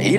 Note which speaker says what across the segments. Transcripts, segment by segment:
Speaker 1: 咦，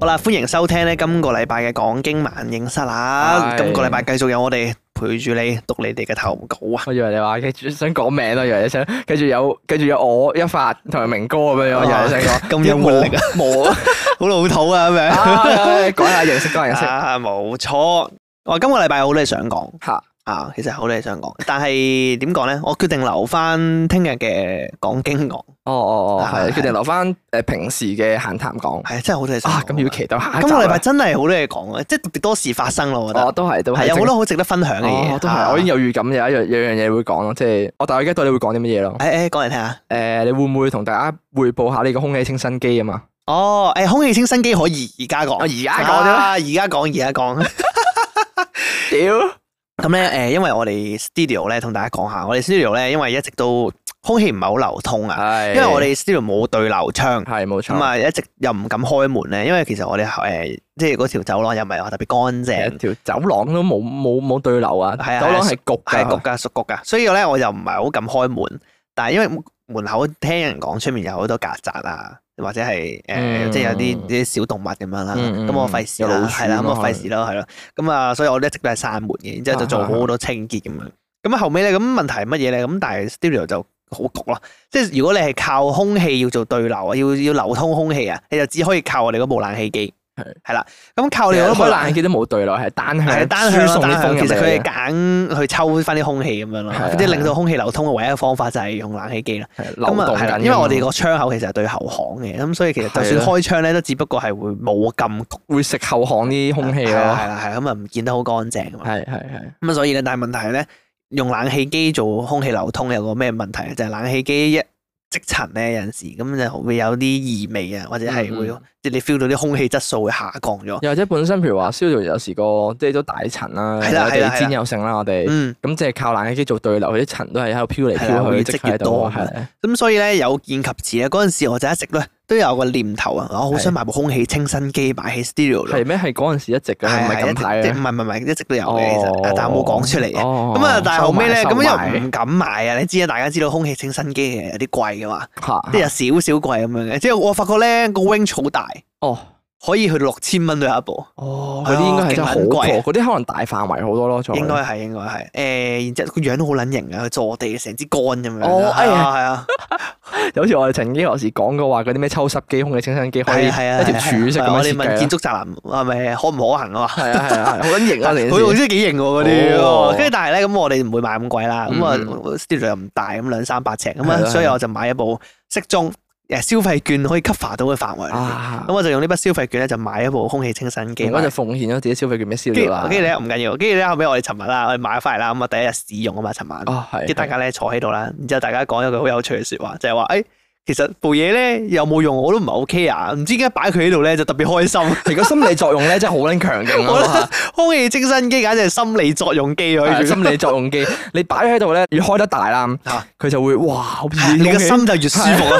Speaker 2: 好啦，歡迎收聽咧今個禮拜嘅講經萬影室啦。
Speaker 3: 係
Speaker 2: 今個禮拜繼續有我哋陪住你讀你哋嘅投稿啊。
Speaker 3: 我以為你話跟住想講名咯，以為你想跟住有跟住有我一發同埋明哥咁樣樣，我以
Speaker 2: Ờ.
Speaker 3: 為哦你想講
Speaker 2: 哎咁有活力啊，
Speaker 3: 冇啊
Speaker 2: 好老土啊咁樣。
Speaker 3: 唉改下形式，改下形式
Speaker 2: 啊，冇錯。我今個禮拜有好多嘢想講
Speaker 3: 嚇
Speaker 2: 啊，其實好多嘢想講，但係點講咧？我決定留翻聽日嘅講經講，
Speaker 3: 哦哦哦，
Speaker 2: 啊係
Speaker 3: 係決定留翻誒平時嘅閒談講
Speaker 2: 係真係好多嘢想講
Speaker 3: 啊，咁要期待下一集
Speaker 2: 今個禮拜
Speaker 3: 啦。
Speaker 2: 真係好多嘢講啊，即係特別多事發生咯，我覺
Speaker 3: 我
Speaker 2: 得
Speaker 3: 都係都係
Speaker 2: 係有好多好值得分享嘅嘢。
Speaker 3: 哦都係，我已經有預感有一樣有一樣嘢會講咯，即係我大概 get 到你會講啲乜嘢咯。
Speaker 2: 誒誒講嚟聽下。
Speaker 3: 誒，你會唔會同大家匯報下你個空氣清新機啊嘛？
Speaker 2: 哦，誒空氣清新機可以而家講，
Speaker 3: 我而家講啫
Speaker 2: 啊，而家講而家講。
Speaker 3: 屌，
Speaker 2: 咁咧誒，因為我哋 studio 咧，同大家講下，我哋 studio 咧，因為一直都空氣唔係好流通啊，
Speaker 3: 係
Speaker 2: 因為我哋 studio 冇對流窗。
Speaker 3: 係冇錯，
Speaker 2: 咁啊，一直又唔敢開門咧，因為其實我哋誒、即係嗰條走廊又唔係話特別乾淨，
Speaker 3: 條走廊都冇冇冇對流啊，
Speaker 2: 係啊
Speaker 3: 走廊係焗
Speaker 2: 係
Speaker 3: 㗎
Speaker 2: 焗噶，熟焗噶，所以咧我又唔係好敢開門，但係因為門口聽人講出面有好多曱甴啊，或者係誒、
Speaker 3: 嗯
Speaker 2: 即係有啲啲小動物咁樣啦，咁、
Speaker 3: 嗯嗯
Speaker 2: 我費事
Speaker 3: 有
Speaker 2: 啦，
Speaker 3: 老
Speaker 2: 係
Speaker 3: 鼠
Speaker 2: 啦，咁我
Speaker 3: 咯
Speaker 2: 費事咯，係咯，咁啊，所以我一直都係閂門嘅，然之後就
Speaker 3: 啊
Speaker 2: 做好好多清潔咁樣。咁啊後尾咧，咁問題係乜嘢咧？咁但係 studio 就好焗咯，即係如果你係靠空氣要做對流啊，要要流通空氣啊，你就只可以靠我哋嗰部冷氣機，
Speaker 3: 係
Speaker 2: 係啦，咁靠
Speaker 3: 我
Speaker 2: 你
Speaker 3: 哋
Speaker 2: 嗰部
Speaker 3: 開冷氣都冇對流，係單向
Speaker 2: 係啊單
Speaker 3: 輸
Speaker 2: 向
Speaker 3: 送
Speaker 2: 咯，
Speaker 3: 啲風
Speaker 2: 單向啊
Speaker 3: 入
Speaker 2: 其實
Speaker 3: 嚟
Speaker 2: 佢
Speaker 3: 嘅
Speaker 2: 係揀去抽翻啲空氣咁樣咯
Speaker 3: 係啊，
Speaker 2: 即係
Speaker 3: 係啊
Speaker 2: 令到空氣流通嘅唯一嘅方法就係用冷氣機啦。
Speaker 3: 係流
Speaker 2: 咁啊
Speaker 3: 動
Speaker 2: 係
Speaker 3: 緊
Speaker 2: 啦，
Speaker 3: 㗎
Speaker 2: 因為我哋
Speaker 3: 嘛
Speaker 2: 個窗口其實係對後巷嘅，咁所以其實就
Speaker 3: 係
Speaker 2: 算
Speaker 3: 啦
Speaker 2: 開窗咧，都只不過係會冇咁焗
Speaker 3: 會食後巷啲空氣
Speaker 2: 係啦係
Speaker 3: 咯，
Speaker 2: 啦係啦，咁啊唔見得好乾淨啊嘛。
Speaker 3: 係係係
Speaker 2: 咁啊所以咧，但係問題係咧，用冷氣機做空氣流通有個咩問題啊呢就係冷氣機一積塵咧，有陣時咁就會有啲異味啊，或者係會
Speaker 3: 嗯嗯
Speaker 2: 即係你 feel 到啲空氣質素會下降咗。
Speaker 3: 又或者本身譬如話燒條有時個即係都大塵啦，有
Speaker 2: 係啦係啦係
Speaker 3: 地
Speaker 2: 啦
Speaker 3: 氈又剩啦，我哋
Speaker 2: 嗯。
Speaker 3: 咁即係靠冷氣機做對流，佢啲塵都係喺度飄嚟
Speaker 2: 係啦
Speaker 3: 飄
Speaker 2: 會越
Speaker 3: 去，
Speaker 2: 積
Speaker 3: 積喺
Speaker 2: 越
Speaker 3: 度
Speaker 2: 多
Speaker 3: 係啊啦
Speaker 2: 咁所以咧有見及此咧，嗰陣時我就一直咧都有個念頭啊，我好想
Speaker 3: 係
Speaker 2: 買部空氣清新機擺喺 studio 度，
Speaker 3: 係咩？係嗰陣時一直嘅，唔係
Speaker 2: 一
Speaker 3: 近
Speaker 2: 直
Speaker 3: 排
Speaker 2: 即係
Speaker 3: 嘅。
Speaker 2: 唔係唔係唔係一直都有嘅，其實，啊但係我冇講出嚟嘅。
Speaker 3: 哦
Speaker 2: 咁啊，但係後尾咧，
Speaker 3: 收埋
Speaker 2: 咁
Speaker 3: 收
Speaker 2: 又
Speaker 3: 埋
Speaker 2: 唔敢買啊！你知啊，大家知道空氣清新機嘅有啲貴嘅嘛，
Speaker 3: 嚇
Speaker 2: 即係有少少貴咁樣嘅。即係我發覺咧個 range 好大，
Speaker 3: 哦
Speaker 2: 可以去到六千蚊都有一部，
Speaker 3: 哦，嗰啲應該係真係好
Speaker 2: 勁撚貴
Speaker 3: 貴，
Speaker 2: 啊
Speaker 3: 嗰啲可能大範圍好多咯，再
Speaker 2: 應該係應該係。誒，然之後個樣都好撚型啊，佢坐地成支杆咁樣。
Speaker 3: 哦哎
Speaker 2: 係
Speaker 3: 呀
Speaker 2: 啊係啊。
Speaker 3: 就好似我哋曾經有時講過話嗰啲咩抽濕機、空氣清新機可以
Speaker 2: 係
Speaker 3: 一
Speaker 2: 啊係啊，
Speaker 3: 條柱式咁
Speaker 2: 係啊
Speaker 3: 樣
Speaker 2: 我
Speaker 3: 設
Speaker 2: 哋
Speaker 3: 計
Speaker 2: 問建
Speaker 3: 咯。
Speaker 2: 築宅男係咪可唔可行啊嘛？
Speaker 3: 係啊係啊，係好撚型啊！ 成件
Speaker 2: 佢用
Speaker 3: 事
Speaker 2: 真係幾型喎嗰啲
Speaker 3: 哦
Speaker 2: 喎，跟住但係咧咁我哋唔會買咁貴啦，咁啊
Speaker 3: 嗯
Speaker 2: studio 又唔大，咁兩三百尺咁
Speaker 3: 係啦係
Speaker 2: 啊，
Speaker 3: 啦
Speaker 2: 所以我就買一部適中誒消費券可以 cover 到嘅範圍，咁
Speaker 3: 啊！
Speaker 2: 我就用呢筆消費券咧就買一部空氣清新機
Speaker 3: 咁，我就奉獻咗自己消費券咩燒
Speaker 2: 跟
Speaker 3: 料
Speaker 2: 住
Speaker 3: 啦。
Speaker 2: 跟住咧唔緊要，跟住咧後尾我哋尋日啦，我哋買翻嚟啦，咁啊第一日試用啊嘛，尋晚，
Speaker 3: 哦係，
Speaker 2: 跟住大家咧坐喺度啦，然之後大家講咗句好有趣嘅説話，就係話誒。其實部嘢咧有冇用我都唔係 OK 啊，唔知點解擺佢喺度咧就特別開 心。
Speaker 3: 係個心理作用咧真係好撚強勁
Speaker 2: 我覺
Speaker 3: 啊！
Speaker 2: 空氣清新機簡直係心理作用機
Speaker 3: 係啊
Speaker 2: 啊！
Speaker 3: 心理作用機，你擺喺度咧，越開得大啦
Speaker 2: 啊，
Speaker 3: 佢就會哇，好似
Speaker 2: 你個
Speaker 3: 空氣
Speaker 2: 心就越舒服啦。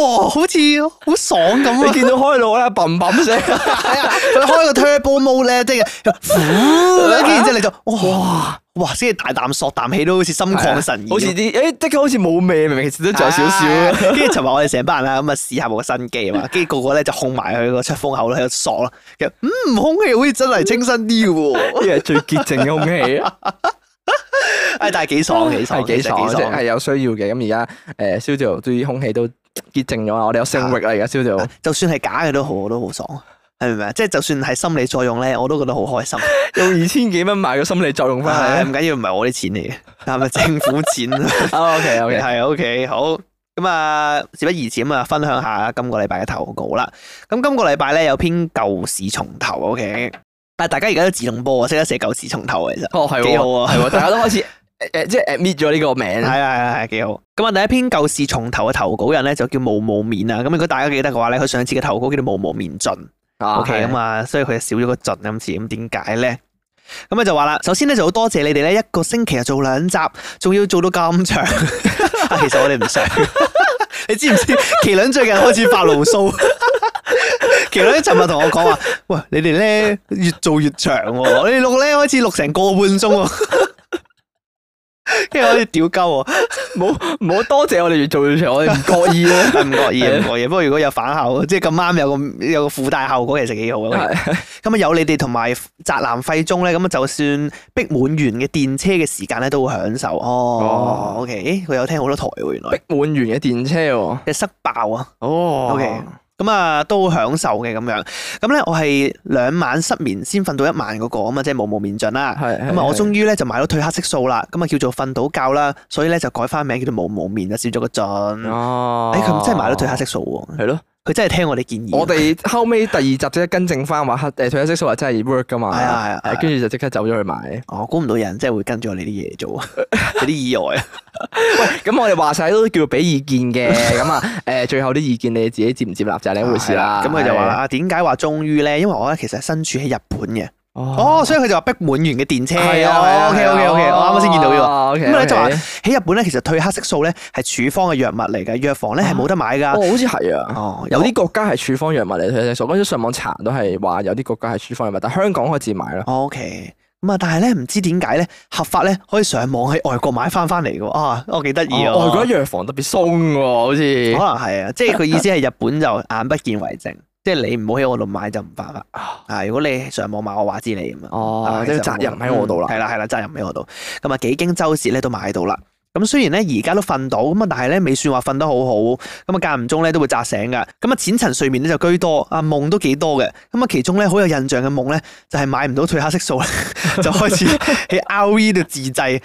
Speaker 2: 哇，好似好爽咁
Speaker 3: 你
Speaker 2: 啊！
Speaker 3: 見到開到咧，砰砰聲，
Speaker 2: 係啊，佢開個 turbo mode 咧， 即係呼，跟住之後你就哇
Speaker 3: 哇，
Speaker 2: 哇，先至大啖索啖氣都好似心曠神怡。
Speaker 3: 好似啲誒，即刻好似冇味，明明其實都仲有少少。
Speaker 2: 啊跟住尋日我哋成班人啦，咁啊試下部新機啊 嘛，跟住個個咧就控埋佢個出風口咧喺度索咯。其實嗯，空氣好似真係清新啲
Speaker 3: 呢
Speaker 2: 喎。
Speaker 3: 個係最潔淨嘅空氣啊！
Speaker 2: 唉，哎但係幾 爽，幾爽，
Speaker 3: 係幾爽，
Speaker 2: 其實
Speaker 3: 即
Speaker 2: 幾爽
Speaker 3: 係有需要嘅。咁而家呃誒燒掉啲空氣都潔淨咗啦，我哋有聖域啦，而家燒掉。
Speaker 2: 就算係假嘅都好，我都好爽，係咪明啊？即係就算係心理作用咧，我都覺得好開心。
Speaker 3: 用二千幾蚊買個心理作用
Speaker 2: 啊係
Speaker 3: 翻
Speaker 2: 唔緊要，唔係我啲錢嚟嘅，係咪政府錢？啊
Speaker 3: 嚟。O K O K，
Speaker 2: 係 OK 好。咁啊，事不宜遲咁啊，分享下今個禮拜嘅投稿啦。咁今個禮拜咧有篇舊事重頭，OK。但係大家而家都自動波啊，識得寫舊字重頭啊其實。
Speaker 3: 哦係
Speaker 2: 幾
Speaker 3: 喎，
Speaker 2: 好啊
Speaker 3: 係喎，大家都開始誒即係 admit 咗呢個名
Speaker 2: 係啊係啊係啊幾好。咁啊，第一篇舊事重頭嘅投稿人咧就叫毛毛面啊。咁如果大家記得嘅話咧，佢上次嘅投稿叫做毛毛面盡。
Speaker 3: 啊
Speaker 2: OK 咁啊，所以佢少咗個盡今次，咁點解咧？咁啊咧就話啦，首先咧就好多謝你哋咧，一個星期就做兩集，仲要做到咁長。 啊，其實我哋唔想， 你知唔知？麒麟最近開始發牢騷。 麒麟尋日同我講話，喂，你哋咧越做越長喎，你哋錄咧開始錄成個半鐘喎， 跟住開始屌鳩我。
Speaker 3: 冇冇多謝我哋越做越長，我哋唔覺意 啊。
Speaker 2: 唔覺意，唔覺意。不過如果 有反效，即係咁啱有個有個附帶效果，其實幾好啊。咁啊，有你哋同埋宅男廢中咧，咁啊，就算逼滿員嘅電車嘅時間咧，都會享受。哦
Speaker 3: 哦
Speaker 2: ，OK，咦佢有聽好多台喎，原來
Speaker 3: 逼滿員嘅電車喎。
Speaker 2: 嘅塞爆啊！
Speaker 3: 哦
Speaker 2: OK 咁啊，都好享受嘅咁樣。咁啊咧，我係兩晚失眠先瞓到一晚嗰個啊嘛，即係冇冇面盡啦。
Speaker 3: 係
Speaker 2: 咁啊，我終於咧就買到褪黑色素啦，咁啊叫做瞓到覺啦，所以咧就改翻名叫做冇冇面啊啦，少咗個盡。
Speaker 3: 哦
Speaker 2: 誒，哎佢真係買到褪黑色素喎，
Speaker 3: 係咯，
Speaker 2: 佢真係聽我哋建議。啊
Speaker 3: 我哋後尾第二集即刻更正翻話，誒退休色素係真係 work 噶嘛，
Speaker 2: 係啊係啊係啊
Speaker 3: 誒跟住就即刻走咗去買。
Speaker 2: 我哦估唔到有人真係會跟住我哋啲嘢做 啊，有啲意外啊。
Speaker 3: 咁我哋話晒都叫俾意見 嘅，咁啊誒最後啲意見你自己接唔接納就係另一回事啦。
Speaker 2: 咁佢就話啊，點解話終於咧？因為我咧其實身處喺日本嘅，哦，
Speaker 3: 哦，
Speaker 2: 所以佢就話逼滿員嘅電車。哦
Speaker 3: 係啊係啊
Speaker 2: ，OK OK OK，
Speaker 3: 係啊
Speaker 2: 我啱啱先見到呢個。
Speaker 3: 哦，OK，
Speaker 2: 咁咧啊就話
Speaker 3: OK
Speaker 2: 喺日本咧，其實褪黑色素咧係處方嘅藥物嚟嘅，藥房咧係冇得買㗎。
Speaker 3: 哦，好似係啊。
Speaker 2: 哦，
Speaker 3: 有啲國家係處方藥物嚟退休色素，嗰陣上網查都係話有啲國家係處方藥物，但香港開始買啦。
Speaker 2: OK。咁啊，但係咧唔知點解咧合法咧可以上網喺外國買翻翻嚟嘅喎。啊，我幾得意啊！
Speaker 3: 哦外國藥房特別鬆喎，好
Speaker 2: 可
Speaker 3: 似
Speaker 2: 能係啊，即係佢意思係日本就眼不見 為淨，即係你唔好喺我度買就唔犯法。啊，如果你上網買，我話知你咁啊。
Speaker 3: 哦
Speaker 2: 啊，
Speaker 3: 即係責任喺我度啦
Speaker 2: 嗯。係啦係啦，責任喺我度。咁啊，幾經周折咧都買到啦。咁雖然咧而家都瞓到，咁啊但係咧未算話瞓得好好，咁啊間唔中咧都會扎醒噶。咁啊淺層睡眠咧就居多，啊夢都幾多嘅。咁啊其中咧好有印象嘅夢咧就係買唔到褪黑色素咧， 就開始喺 RV 度自 製。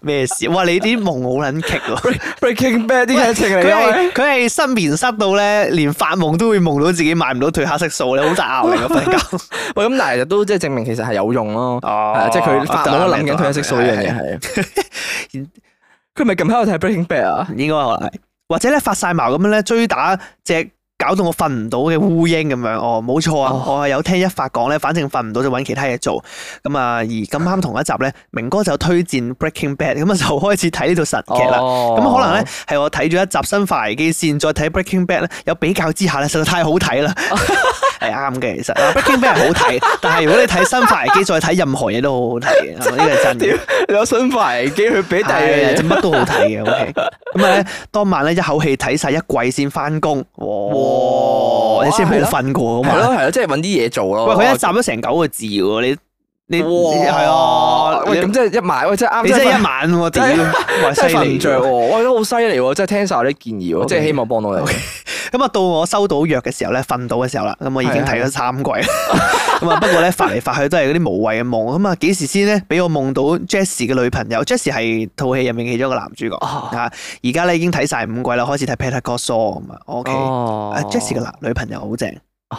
Speaker 2: 咩事？哇！你啲夢好撚棘喎。
Speaker 3: Breaking Bad 啲劇情嚟
Speaker 2: 佢
Speaker 3: 嘅
Speaker 2: 係。佢係失眠失到咧，連發夢都會夢到自己買唔到褪黑色素咧，好大壓力啊！瞓覺。
Speaker 3: 喂，咁但係都即係證明其實係有用咯，係
Speaker 2: 哦
Speaker 3: 啊即係佢發夢都諗緊褪黑色素呢樣嘢
Speaker 2: 係
Speaker 3: 係。佢咪近排喺度睇 Breaking Bad 啊？
Speaker 2: 應該可能係，或者咧發晒矛咁樣咧追打只搞到我瞓唔到嘅烏蠅咁樣。哦，冇錯啊，
Speaker 3: 哦
Speaker 2: 我係有聽一發講咧，反正瞓唔到就揾其他嘢做。咁啊，而咁啱同一集咧，明哥就推薦 Breaking Bad，咁啊就開始睇呢套神劇啦。
Speaker 3: 哦
Speaker 2: 咁可 能咧，係我睇咗一集《生化危機》先，再睇 Breaking Bad 咧，有比較之下咧，實在太好 睇啦，係啱嘅。其實啊 Breaking Bad 係好睇，但係如果你睇《生化危機》再睇任何嘢都好好 睇嘅，係咪呢個係真嘅
Speaker 3: 屌。有新牌機去俾第二
Speaker 2: 係啊，
Speaker 3: 樣
Speaker 2: 即
Speaker 3: 嘢。
Speaker 2: 係乜都好睇 嘅。OK，咁啊咧，當晚咧一口氣睇晒一季先翻工。
Speaker 3: 哇
Speaker 2: 哇！你先冇瞓過
Speaker 3: 係
Speaker 2: 啊嘛？
Speaker 3: 咯係咯，即係揾啲嘢做咯。
Speaker 2: 喂，佢一集都成九個字喎，你你
Speaker 3: 哇
Speaker 2: 係啊？
Speaker 3: 喂，
Speaker 2: 你
Speaker 3: 咁即係一買，喂，即係啱，
Speaker 2: 你真係
Speaker 3: 係
Speaker 2: 一晚喎，屌！
Speaker 3: 真
Speaker 2: 哇，犀
Speaker 3: 真係瞓
Speaker 2: 利
Speaker 3: 唔着
Speaker 2: 喎！
Speaker 3: 喎，喂，都好犀利喎，即係聽晒我啲建議喎，
Speaker 2: OK
Speaker 3: 即係希望幫到你。
Speaker 2: 咁啊，到我收到藥嘅時候咧，瞓到嘅時候啦，咁我已經睇咗三 季啦。咁啊，不過咧發嚟發去都係嗰啲無謂嘅夢。咁啊，幾時先咧俾我夢到 Jesse 嘅女朋友？Jesse 係套戲入面其中一個男主角
Speaker 3: 哦
Speaker 2: 啊。而家咧已經睇晒五季啦，開始睇 Peter g o s s a w 咁啊。OK。
Speaker 3: 哦
Speaker 2: 啊 Jess 嘅男女朋友好正
Speaker 3: 哦，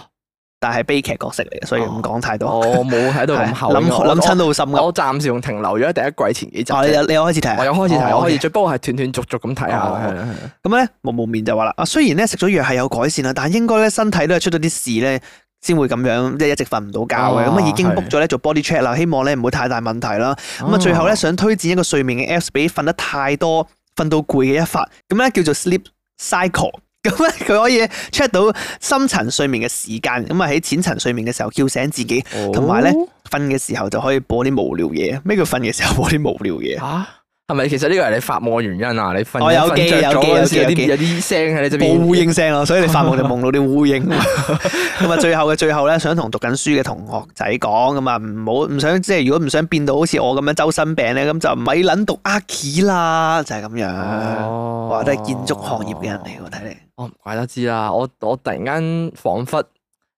Speaker 2: 但係悲劇角色嚟嘅，所以唔講太多。
Speaker 3: 我冇喺度
Speaker 2: 係
Speaker 3: 咁厚，
Speaker 2: 諗
Speaker 3: 我
Speaker 2: 諗親都好深噏。
Speaker 3: 我暫時仲停留咗喺第一季前幾集
Speaker 2: 哦，你
Speaker 3: 啫。
Speaker 2: 有你有開始睇啊？
Speaker 3: 我有開始睇，
Speaker 2: 哦
Speaker 3: 我可以
Speaker 2: OK
Speaker 3: 追，不過係斷斷續續咁睇下。
Speaker 2: 哦
Speaker 3: 係啊係啊
Speaker 2: 咁咧，無無面就話啦，啊雖然咧食咗藥係有改善啦，啊但係應該咧身體都係出咗啲事咧，先會咁樣即係一直瞓唔到覺嘅。咁啊
Speaker 3: 哦
Speaker 2: 已經
Speaker 3: 係
Speaker 2: book 咗咧做 body check 啦，希望咧唔會太大問題啦。咁啊最後咧想推薦一個睡眠嘅 apps 俾瞓得太多、瞓到攰嘅一發，咁咧叫做 Sleep Cycle。咁咧佢可以 check 到深層睡眠嘅時間，咁啊喺淺層睡眠嘅時候叫醒自己。
Speaker 3: 哦
Speaker 2: 同埋咧瞓嘅時候就可以播啲無聊嘢。咩叫瞓嘅時候播啲無聊嘢？
Speaker 3: 吓，啊係咪其實呢個係你發夢嘅原因啊？你
Speaker 2: 我
Speaker 3: 瞓
Speaker 2: 哦有
Speaker 3: 瞓
Speaker 2: 記
Speaker 3: 着
Speaker 2: 有
Speaker 3: 咗
Speaker 2: 記
Speaker 3: 嗰陣時有
Speaker 2: 有記
Speaker 3: 啲有啲聲喺你側
Speaker 2: 播
Speaker 3: 邊。
Speaker 2: 烏蠅聲咯，所以你發夢就夢到啲烏蠅。 咁啊，最後嘅最後咧，想同讀緊書嘅同學仔講，咁啊唔好唔想即係如果唔想變到好似我咁樣周身病咧，咁就咪撚讀 Archi 啦，就係咁樣。
Speaker 3: 哦
Speaker 2: 哇，都係建築行業嘅人嚟喎，睇嚟。
Speaker 3: 我唔怪得知啦，我我突然間彷彿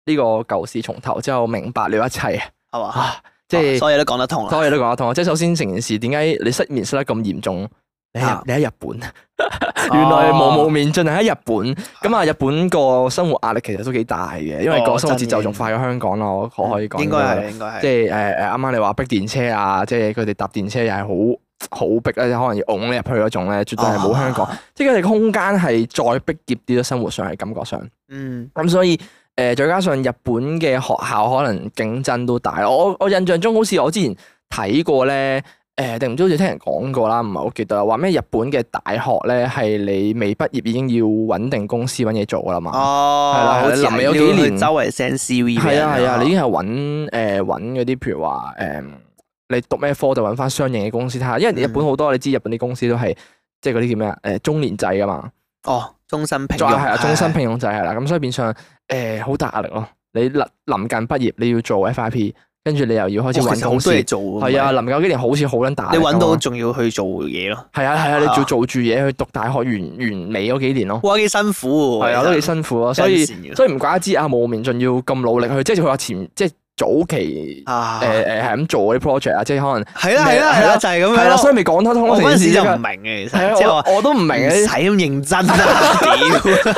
Speaker 3: 呢個舊事重頭之後，明白了一切
Speaker 2: 係嘛？
Speaker 3: 啊！即係
Speaker 2: 所有都講得通
Speaker 3: 啊
Speaker 2: 啦。
Speaker 3: 所有嘢都講得通，即係首先成件事點解你失眠失得咁嚴重？你喺
Speaker 2: 啊
Speaker 3: 你喺日本， 原來無
Speaker 2: 哦
Speaker 3: 無面進係喺日本，咁啊日本個生活壓力其實都幾大嘅，因為個
Speaker 2: 哦
Speaker 3: 生活節
Speaker 2: 真嘅
Speaker 3: 奏仲快過香港咯，我可以講。
Speaker 2: 應該係，應該係。
Speaker 3: 即係誒誒，啱啱你話逼電車啊，即係佢哋搭電車又係好好逼咧，即係可能要拱你入去嗰種咧，絕對係冇香港，
Speaker 2: 啊
Speaker 3: 即係佢哋空間係再逼仄啲咯，生活上係感覺上。
Speaker 2: 嗯，
Speaker 3: 咁所以誒、呃再加上日本嘅學校可能競爭都大。我我印象中好似我之前睇過咧，誒、定唔知好似聽人講過啦，唔係好記得啦，話咩日本嘅大學咧係你未畢業已經要揾定公司揾嘢做噶啦嘛。
Speaker 2: 哦，
Speaker 3: 係啦係啦
Speaker 2: 好似
Speaker 3: 臨尾有
Speaker 2: 你
Speaker 3: 幾
Speaker 2: 要去
Speaker 3: 年
Speaker 2: 周圍 send CV 俾
Speaker 3: 係
Speaker 2: 人
Speaker 3: 啊係啊，你已經係揾誒揾嗰啲，譬如話誒、你讀咩科就揾翻相應嘅公司睇下，
Speaker 2: 嗯
Speaker 3: 因為日本好多、你知日本啲公司都係即係嗰啲叫咩啊誒中年制噶嘛，
Speaker 2: 哦，終身聘
Speaker 3: 再
Speaker 2: 用
Speaker 3: 係啊終身
Speaker 2: 係
Speaker 3: 聘用制係啦，咁所以變相誒好、大壓力咯。你臨臨近畢業你要做 FIP，跟住你又要開始揾
Speaker 2: 哇哦其實好
Speaker 3: 公
Speaker 2: 多
Speaker 3: 司，
Speaker 2: 嘢做㗎
Speaker 3: 係啊，
Speaker 2: 咪
Speaker 3: 臨九幾年好似好撚大壓力
Speaker 2: 你
Speaker 3: 㗎嘛。
Speaker 2: 揾到仲要去做嘢咯，
Speaker 3: 係啊係啊，你仲
Speaker 2: 啊
Speaker 3: 要做住嘢去讀大學完完尾嗰幾年咯，
Speaker 2: 哇，幾辛苦喎，
Speaker 3: 係啊都幾辛苦啊，所以
Speaker 2: 真係
Speaker 3: 所以唔怪得之啊，無面盡要咁努力去，即係佢話前即係早期
Speaker 2: 啊，
Speaker 3: 誒誒係咁做嗰啲 project 啊，即係可能
Speaker 2: 係啦係啦
Speaker 3: 係
Speaker 2: 係
Speaker 3: 啦
Speaker 2: 啦，就係咁
Speaker 3: 係
Speaker 2: 樣
Speaker 3: 啦，
Speaker 2: 咯。
Speaker 3: 所以未講得通。
Speaker 2: 我嗰陣時就唔
Speaker 3: 係
Speaker 2: 明嘅，其
Speaker 3: 啊
Speaker 2: 實即係我，
Speaker 3: 我我都唔明
Speaker 2: 唔啊
Speaker 3: 嘅
Speaker 2: 使，咁認真 啊！屌，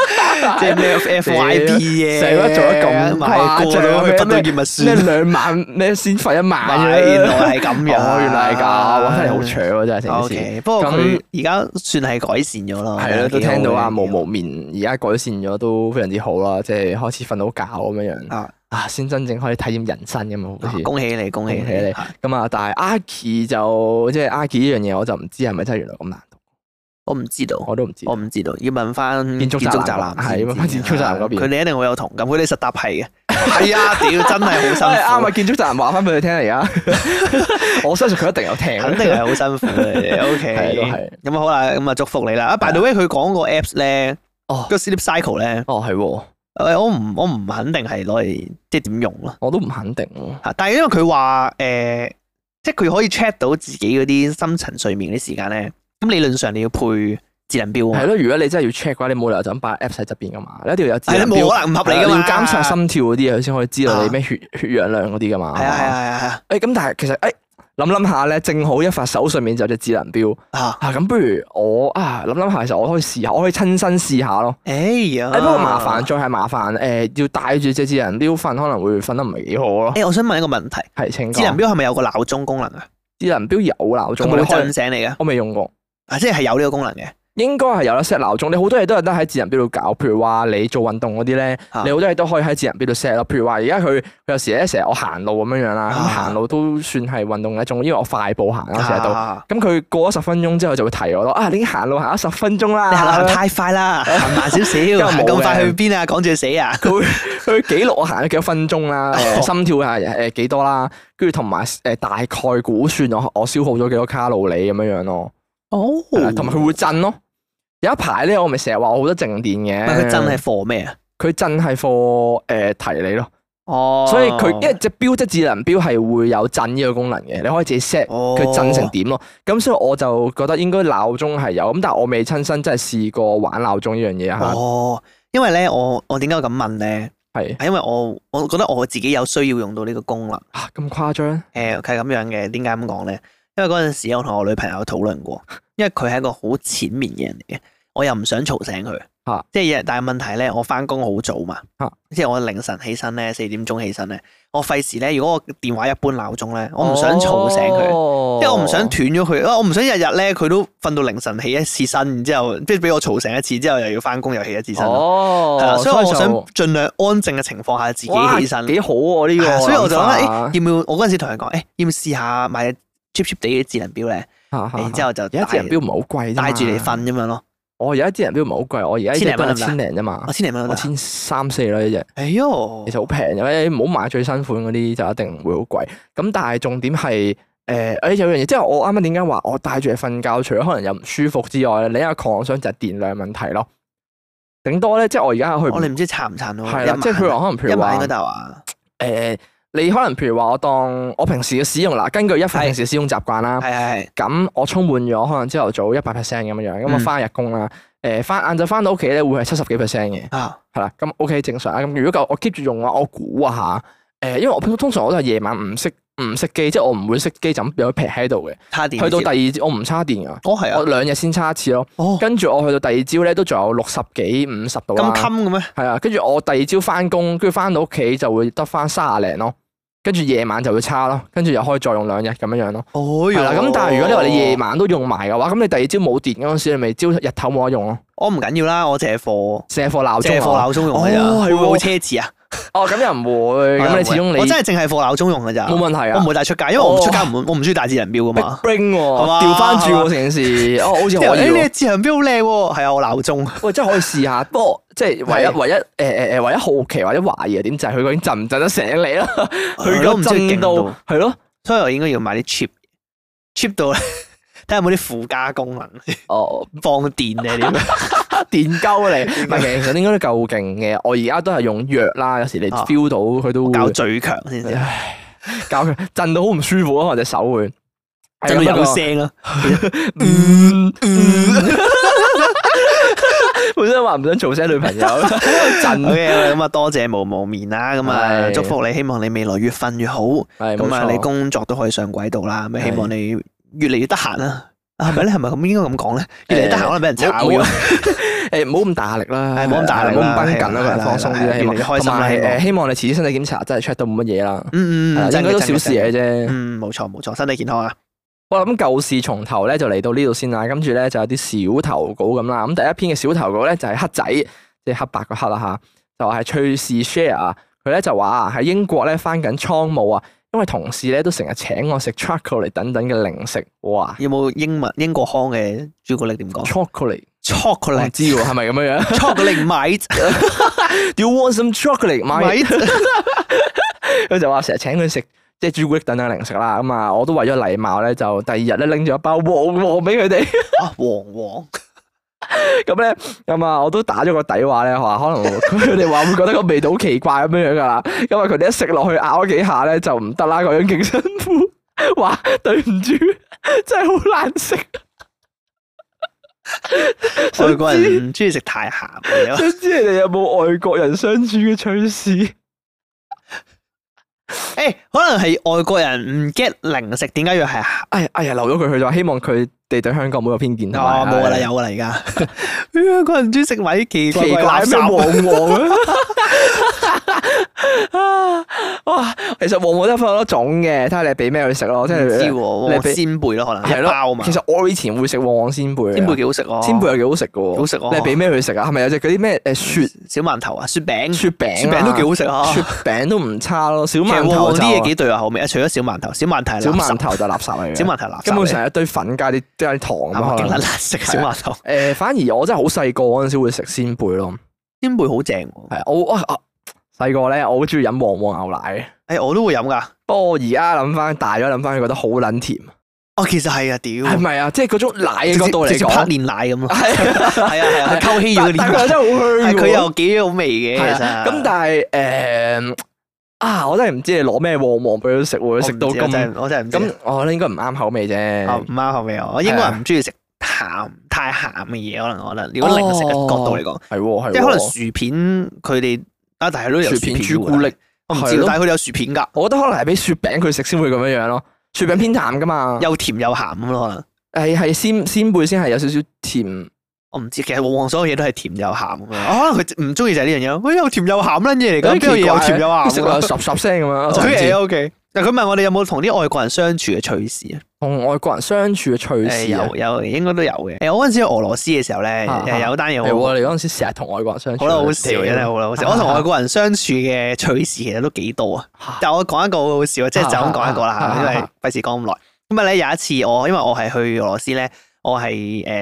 Speaker 2: 即係咩 FYP 嘅，
Speaker 3: 成日做得咁
Speaker 2: 埋
Speaker 3: 誇
Speaker 2: 過
Speaker 3: 張
Speaker 2: 到去
Speaker 3: 咩
Speaker 2: 不到見物書，
Speaker 3: 咩兩晚咩先瞓一晚
Speaker 2: 買
Speaker 3: 嘅，
Speaker 2: 原來係咁樣，啊
Speaker 3: 哦，原來係㗎，哇！真係好扯喎，真係成
Speaker 2: O
Speaker 3: 件事。
Speaker 2: K，不過佢
Speaker 3: 咁
Speaker 2: 而家算係改善咗咯，
Speaker 3: 係咯，都聽到啊，
Speaker 2: 哦幾好
Speaker 3: 毛
Speaker 2: 嘅
Speaker 3: 毛面而家改善咗都非常之好啦，即係開始瞓到覺咁樣樣
Speaker 2: 啊
Speaker 3: 啊，先真正可以體驗人生咁啊，好似。
Speaker 2: 恭喜你，恭喜
Speaker 3: 恭喜你
Speaker 2: 你，
Speaker 3: 咁啊，但係 Aki 就即係 Aki 呢樣嘢，我就唔知係咪真係原來咁難讀，
Speaker 2: 我唔知道。
Speaker 3: 我都唔知。
Speaker 2: 我唔知道，要問翻
Speaker 3: 建築宅男係
Speaker 2: 先
Speaker 3: 問返
Speaker 2: 知啊
Speaker 3: 建築宅男嗰邊
Speaker 2: 佢哋一定好有同感，佢哋實答 係嘅，係啊，屌真係
Speaker 3: 真係
Speaker 2: 好辛
Speaker 3: 啱
Speaker 2: 苦
Speaker 3: 啊！，建築達人話翻俾佢聽 嚟啊！我相信佢一定有聽，
Speaker 2: 肯定係好辛苦 嘅，O
Speaker 3: 係
Speaker 2: K，
Speaker 3: 都係。
Speaker 2: 咁啊好啦，咁啊祝福你啦。啊，by the way，佢講個 apps 咧，
Speaker 3: 哦
Speaker 2: 個 sleep cycle 咧，
Speaker 3: 哦，係喎，
Speaker 2: 誒我唔我唔肯定係攞嚟即係點用咯
Speaker 3: 我都唔肯定喎。
Speaker 2: 嚇。但係因為佢話誒，即係佢可以 check 到自己嗰啲深層睡眠嗰啲時間咧，咁理論上你要配智能表啊
Speaker 3: 係
Speaker 2: 嘛，
Speaker 3: 咯，如果你真係要 check 嘅話，你冇理由就咁擺 app s 喺側邊噶嘛，你一定要有指
Speaker 2: 係
Speaker 3: 標
Speaker 2: 啦，冇可能唔合理
Speaker 3: 係
Speaker 2: 噶
Speaker 3: 啦
Speaker 2: 嘛，
Speaker 3: 要監察心跳嗰啲嘢，佢先可以知道你咩血血氧量嗰啲噶嘛。
Speaker 2: 係啊係啊係啊係啊
Speaker 3: 誒咁，但係其實誒諗諗下咧，正好一發手上面就有隻智能表
Speaker 2: 嚇，
Speaker 3: 啊！咁不如我啊諗諗下，其實我可以試下，我可以親身試下咯。
Speaker 2: 哎呀，
Speaker 3: 誒不過麻煩再係麻煩，誒要帶住隻智能表瞓，可能會瞓得唔係幾好咯。
Speaker 2: 哎誒，我想問一個問題，
Speaker 3: 係請
Speaker 2: 智
Speaker 3: 講
Speaker 2: 能表係咪有個鬧鐘功能啊？
Speaker 3: 智能表有鬧
Speaker 2: 佢
Speaker 3: 鐘，
Speaker 2: 冇
Speaker 3: 你
Speaker 2: 震
Speaker 3: 開
Speaker 2: 醒你嘅，
Speaker 3: 我未用過，
Speaker 2: 啊，即係係有呢個功能嘅。
Speaker 3: 應該係有得 set 鬧鐘。你好多嘢都有得喺智能表度搞，譬如話你做運動嗰啲咧，
Speaker 2: 啊
Speaker 3: 你好多嘢都可以喺智能表度 set 咯。譬如話而家佢佢有時咧成日我行路咁樣樣啦，咁
Speaker 2: 啊
Speaker 3: 行路都算係運動嘅一種，因為我快步行啦，成日都。
Speaker 2: 啊
Speaker 3: 咁佢過咗十分鐘之後就會提我咯，啊你已經行路行 咗十分鐘啦，
Speaker 2: 你行得 太快啦，行慢少少，行咁快去邊啊？趕住死啊！
Speaker 3: 佢會佢會記錄我行咗幾多分鐘 啦，誒
Speaker 2: 哦
Speaker 3: 心跳係誒幾多啦，跟住同埋誒大概估算我我消耗咗幾多卡路里咁樣樣咯，
Speaker 2: 哦
Speaker 3: 係啦同埋佢會震咯。有一排咧，我咪成日話我好多靜電嘅，
Speaker 2: 唔係佢真係貨咩啊？
Speaker 3: 佢震係 for 誒提你咯，
Speaker 2: 哦
Speaker 3: 所以佢因為隻錶即係智能錶係會有震呢個功能嘅，你可以自己 set
Speaker 2: 哦
Speaker 3: 佢震成點咯。咁所以我就覺得應該鬧鐘係有，咁但係我未親身真係試過玩鬧鐘呢樣嘢啊嚇，
Speaker 2: 哦，因為咧，我我點解咁問咧？
Speaker 3: 係
Speaker 2: 係因為我我覺得我自己有需要用到呢個功能。
Speaker 3: 啊咁誇張，
Speaker 2: 誒呃係咁樣嘅，點解咁講咧？因為嗰陣時我同我女朋友討論過，因為佢係一個好淺眠嘅人嚟嘅，我又唔想嘈醒佢。
Speaker 3: 啊
Speaker 2: 即係但係問題咧，我翻工好早嘛，
Speaker 3: 啊
Speaker 2: 即係我凌晨起身咧，四點鐘起身咧，我費事咧，如果我電話一般鬧鐘咧，
Speaker 3: 哦
Speaker 2: 我唔想嘈醒佢。
Speaker 3: 佢
Speaker 2: 即係我唔想斷咗佢，啊我唔想日日咧佢都瞓到凌晨起一次身，然之後即係俾我嘈醒一次，之後又要翻工又起一次身，啊係
Speaker 3: 哦，
Speaker 2: 啦，所以我想
Speaker 3: 就
Speaker 2: 盡量安靜嘅情況下自己
Speaker 3: 哇
Speaker 2: 起身，
Speaker 3: 幾好喎呢
Speaker 2: 係啊
Speaker 3: 個，
Speaker 2: 所以我就諗
Speaker 3: 諗
Speaker 2: 咧，
Speaker 3: 法
Speaker 2: 誒要唔要？我嗰陣時同人講，誒要唔要試下買 cheap cheap 地嘅智能表咧？
Speaker 3: 嚇嚇
Speaker 2: 然之後就
Speaker 3: 而家智
Speaker 2: 帶
Speaker 3: 能表唔係好啊貴啫嘛
Speaker 2: 帶住嚟瞓咁樣咯，
Speaker 3: 我而家智能表唔係好貴，我而家呢隻
Speaker 2: 千零
Speaker 3: 都
Speaker 2: 蚊
Speaker 3: 係
Speaker 2: 得唔得
Speaker 3: 千零啫嘛
Speaker 2: 我，千零蚊
Speaker 3: 啊我
Speaker 2: 都得。
Speaker 3: 千三四啦呢隻。
Speaker 2: 哎呦
Speaker 3: 其，實好平嘅，哎你唔好買最新款嗰啲就一定會好貴。咁但係重點係誒誒有樣嘢，即係我啱啱點解話我戴住嚟瞓覺，除咗可能有唔舒服之外咧，另一個狂想就係電量問題咯。頂多咧，即係我而家去
Speaker 2: 我哋唔知撐唔撐到，
Speaker 3: 係
Speaker 2: 哦一
Speaker 3: 啦，
Speaker 2: 晚
Speaker 3: 即係譬如話可能譬
Speaker 2: 一
Speaker 3: 如
Speaker 2: 晚
Speaker 3: 話
Speaker 2: 應該得啊。
Speaker 3: 誒，你可能譬如話我當我平時嘅使用啦，根據一份
Speaker 2: 係
Speaker 3: 平時使用習慣啦，
Speaker 2: 係係
Speaker 3: 咁我充滿咗可能朝頭早一百 percent 咁樣樣，咁我
Speaker 2: 嗯
Speaker 3: 翻日工啦，誒翻晏晝翻到屋企咧會係七十幾 percent 嘅。
Speaker 2: 係啊，
Speaker 3: 係啦，啊呃咁 OK 正常啦。咁如果夠我 keep 住用嘅話，我估啊下，誒、因為我通通常我都係夜晚唔熄唔熄機，即係我唔會熄機就咁有劈喺度嘅。
Speaker 2: 叉電
Speaker 3: 去到
Speaker 2: 接
Speaker 3: 第二朝，我唔叉電㗎，
Speaker 2: 哦啊係
Speaker 3: 我
Speaker 2: 啊，
Speaker 3: 兩日先叉一次咯。
Speaker 2: 哦
Speaker 3: 跟住我去到第二朝咧，都仲有六十幾五十度啦
Speaker 2: 咁。襟嘅咩？
Speaker 3: 係啊，跟住我第二朝翻工，跟住翻到屋企就會得翻卅零咯。跟住夜晚就會叉咯，跟住又可以再用兩日咁樣樣咯。
Speaker 2: 哦
Speaker 3: 係啦，咁但係如果你話你夜
Speaker 2: 晚，
Speaker 3: 晚都用埋嘅話，咁你第二朝冇電嗰陣時，你咪朝日頭冇得用咯。
Speaker 2: 我哦唔緊要啦，我借貨
Speaker 3: 卸貨鬧
Speaker 2: 借
Speaker 3: 鐘
Speaker 2: 貨
Speaker 3: 啊
Speaker 2: 鬧鐘用嘅咋，
Speaker 3: 哦係
Speaker 2: 會
Speaker 3: 喎
Speaker 2: 唔會好奢侈啊？
Speaker 3: 哦，咁又唔會，咁你始終你
Speaker 2: 我真係淨係貨鬧鐘用嘅咋，
Speaker 3: 冇問題
Speaker 2: 我
Speaker 3: 啊。
Speaker 2: 唔
Speaker 3: 哦
Speaker 2: 會帶出街，因為我唔出街唔我唔中意帶智能表噶嘛。
Speaker 3: bring
Speaker 2: 係
Speaker 3: 喎，
Speaker 2: 嘛
Speaker 3: 調翻轉喎成件事，哦，好似
Speaker 2: 啲
Speaker 3: 可以喎
Speaker 2: 人誒，哎你嘅智能表好靚喎，係啊，我鬧鐘。
Speaker 3: 喂，真係可以試下。不過即係唯一
Speaker 2: 係
Speaker 3: 唯一誒誒誒，唯一好奇或者懷疑嘅點就係佢究竟震唔震得醒你 啦？佢
Speaker 2: 係
Speaker 3: 個
Speaker 2: 咯唔知佢
Speaker 3: 震
Speaker 2: 勁
Speaker 3: 到
Speaker 2: 到
Speaker 3: 係咯，
Speaker 2: 所以我應該要買啲 cheap cheap 到咧， 睇下有冇啲附加功能，
Speaker 3: 哦，
Speaker 2: 放 電定係點？
Speaker 3: 電鳩你。唔係嘅，其實應該都夠勁嘅。我而家都係用藥啦，有時你
Speaker 2: 啊
Speaker 3: feel 到佢都會啊
Speaker 2: 搞最強先至，
Speaker 3: 唉 搞佢震到好唔舒服啊！我隻手會
Speaker 2: 震到
Speaker 3: 係啊不
Speaker 2: 有
Speaker 3: 過
Speaker 2: 聲咯。
Speaker 3: 嗯嗯本身話唔想嘈醒女朋 友，震
Speaker 2: OK，咁啊，多謝毛毛面啦，咁啊，
Speaker 3: 係
Speaker 2: 祝福你，希望你未來越瞓越好，
Speaker 3: 係
Speaker 2: 咁啊，你
Speaker 3: 公
Speaker 2: 工作都可以上軌道啦，咁啊
Speaker 3: 係
Speaker 2: 希望你越嚟越得閒啦。啊，係咪咧？係咪咁應該咁講咧？越嚟越得閒可能俾人炒啊
Speaker 3: 冇
Speaker 2: 咗。
Speaker 3: 誒唔好咁大壓力啦，
Speaker 2: 係唔好咁大壓力
Speaker 3: 係
Speaker 2: 啦
Speaker 3: 啊唔好咁繃緊
Speaker 2: 係啦
Speaker 3: 啦，
Speaker 2: 係啦
Speaker 3: 放鬆
Speaker 2: 係
Speaker 3: 啲啦，希
Speaker 2: 啦
Speaker 3: 望
Speaker 2: 越嚟越開心
Speaker 3: 同埋
Speaker 2: 啦希望
Speaker 3: 誒希望你遲啲身體檢查真係 check 到冇乜嘢啦，係
Speaker 2: 嗯嗯
Speaker 3: 啦
Speaker 2: 嗯，
Speaker 3: 啊應該都
Speaker 2: 真嘅
Speaker 3: 小事。
Speaker 2: 真嘅真嘅
Speaker 3: 嘅啫。
Speaker 2: 嗯，冇錯冇錯，身體健康啊。
Speaker 3: 好啦，咁舊事重頭咧就嚟到呢度先啦，跟住咧就有啲小投稿咁啦。咁第一篇嘅小投稿咧就係黑仔，即係黑白個黑啦嚇，就話係趣事 share 啊。佢咧就話啊喺英國咧翻緊倉務啊，因為同事咧都成日請我食 chocolate 等等嘅零食，哇
Speaker 2: 有冇英文英國腔嘅朱古力點講
Speaker 3: ！chocolate 我唔
Speaker 2: ？chocolate
Speaker 3: 知喎，係咪咁樣樣
Speaker 2: chocolate mate
Speaker 3: ？Do you want some chocolate, my？
Speaker 2: mate
Speaker 3: 佢就話成日請佢食即係朱古力等等零食啦，咁啊我都為咗禮貌咧，就第二日咧拎咗一包旺旺俾佢哋，
Speaker 2: 啊，黃黃。
Speaker 3: 咁咧咁啊我都打咗個底話咧，話可能佢哋話會覺得個味道好奇怪咁樣樣噶啦，因為佢哋一食落去咬咗幾下咧就唔得啦，咁樣勁辛苦， 話對唔住，真係好難 食，
Speaker 2: 外國人唔中意食太鹹 嘅嘢咯，
Speaker 3: 想知你哋有冇外國人相處嘅趣事？
Speaker 2: 誒可能係外國人唔 get 零食，點解要係鹹？
Speaker 3: 哎呀哎呀，留咗佢去咗，希望佢哋對香港冇有偏見。同埋
Speaker 2: 哦，冇噶啦，有噶啦，而家香港人中意食埋啲奇怪
Speaker 3: 奇
Speaker 2: 嘅
Speaker 3: 怪
Speaker 2: 垃
Speaker 3: 咩
Speaker 2: 圾。
Speaker 3: 旺旺啊！ 哇，其實旺旺都有分好多種嘅，睇下你俾咩佢食咯。即
Speaker 2: 唔知
Speaker 3: 係
Speaker 2: 喎，
Speaker 3: 你
Speaker 2: 你
Speaker 3: 俾
Speaker 2: 鮮貝咯，可能
Speaker 3: 係
Speaker 2: 一包啊
Speaker 3: 咯。
Speaker 2: 嘛
Speaker 3: 其。實我以前會食旺旺鮮貝嘅，
Speaker 2: 鮮貝幾好食哦喎，
Speaker 3: 鮮貝又幾好食啊嘅喎。
Speaker 2: 好食喎
Speaker 3: 你係俾咩佢食啊？係咪有隻嗰啲咩誒雪
Speaker 2: 小饅頭啊，雪餅，
Speaker 3: 雪餅啊？
Speaker 2: 雪餅都幾好食啊。
Speaker 3: 雪餅都唔差咯。小
Speaker 2: 其實
Speaker 3: 饅
Speaker 2: 旺
Speaker 3: 頭
Speaker 2: 旺
Speaker 3: 就
Speaker 2: 啲嘢幾對啊口味啊，除咗小饅頭，小饅頭係
Speaker 3: 小
Speaker 2: 垃圾
Speaker 3: 饅頭就垃圾嚟嘅，
Speaker 2: 小饅頭係垃圾嚟，
Speaker 3: 根本上係一堆粉加啲加啲糖
Speaker 2: 啱啊
Speaker 3: 咁可
Speaker 2: 勁
Speaker 3: 能
Speaker 2: 撚。難食嘅小饅頭。
Speaker 3: 誒，反而我真係好細個嗰陣時會食鮮貝咯。
Speaker 2: 鮮貝好正喎，
Speaker 3: 係我啊啊細個咧，我好中意飲旺旺牛奶嘅。
Speaker 2: 誒我都會飲㗎。
Speaker 3: 不過我而家諗翻大咗諗翻，佢覺得好撚甜，
Speaker 2: 哦，其實係啊，屌，
Speaker 3: 係咪啊？即係嗰種奶嘅
Speaker 2: 直
Speaker 3: 角
Speaker 2: 接
Speaker 3: 度嚟
Speaker 2: 直接拍
Speaker 3: 講，
Speaker 2: 煉奶咁咯。
Speaker 3: 係啊
Speaker 2: 係啊係 啊，係溝稀咗
Speaker 3: 但
Speaker 2: 啲
Speaker 3: 但佢又
Speaker 2: 奶。
Speaker 3: 真 係好
Speaker 2: 係
Speaker 3: 香嘅喎
Speaker 2: 佢又幾好味嘅，
Speaker 3: 係
Speaker 2: 其實
Speaker 3: 啊。咁但係誒啊，我真係唔知你攞咩旺旺俾佢食
Speaker 2: 我
Speaker 3: 喎，
Speaker 2: 唔知
Speaker 3: 食到
Speaker 2: 我真
Speaker 3: 咁
Speaker 2: 係我真係唔知
Speaker 3: 咁，啊我覺得應該唔啱口味啫。
Speaker 2: 啊唔啱口味啊！我英國人唔中意食鹹太鹹嘅嘢，可能我覺得，如果零食嘅角度嚟講，
Speaker 3: 係哦喎係喎，
Speaker 2: 即係可能薯片佢哋啊，但係都有
Speaker 3: 薯片朱古
Speaker 2: 嘅
Speaker 3: 力，，
Speaker 2: 我唔
Speaker 3: 係
Speaker 2: 知
Speaker 3: 咯
Speaker 2: 道，但係佢哋有薯片㗎，
Speaker 3: 我覺得可能係俾雪餅佢食先會咁樣樣咯。雪餅偏淡噶嘛，
Speaker 2: 又甜又鹹咁咯，可能
Speaker 3: 係係鮮鮮貝先係有少少甜，
Speaker 2: 我唔知，其實往往所有嘢都係甜又鹹咁樣。啊可能佢唔中意就係呢樣嘢，喂，有甜有鹹撚嘢嚟
Speaker 3: 有
Speaker 2: 㗎，
Speaker 3: 啲
Speaker 2: 邊有
Speaker 3: 奇怪
Speaker 2: 嘢有甜有 鹹
Speaker 3: 食
Speaker 2: 㗎
Speaker 3: 落十十聲咁樣哦我 就唔知。
Speaker 2: ？OK OK，嗱佢問我哋有冇同啲外國人相處嘅趣事啊？
Speaker 3: 同外國人相處嘅趣
Speaker 2: 誒
Speaker 3: 事啊
Speaker 2: 哎有，有應該都有嘅。誒我嗰陣時去俄羅斯嘅時候咧，
Speaker 3: 啊啊
Speaker 2: 誒有單嘢
Speaker 3: 係
Speaker 2: 好
Speaker 3: 喎，你嗰陣時成日同外國人相處，
Speaker 2: 好啦，好笑，
Speaker 3: 屌
Speaker 2: 真係好啦，好
Speaker 3: 啊
Speaker 2: 笑。我同外國人相處嘅趣事其實都幾多啊，
Speaker 3: 嚇
Speaker 2: 但我講一個好好笑啊，即係就咁講一個
Speaker 3: 啊啊
Speaker 2: 啦
Speaker 3: 啊，
Speaker 2: 因為費事講咁耐。咁啊咧有一次我因為我係去俄羅斯咧，我係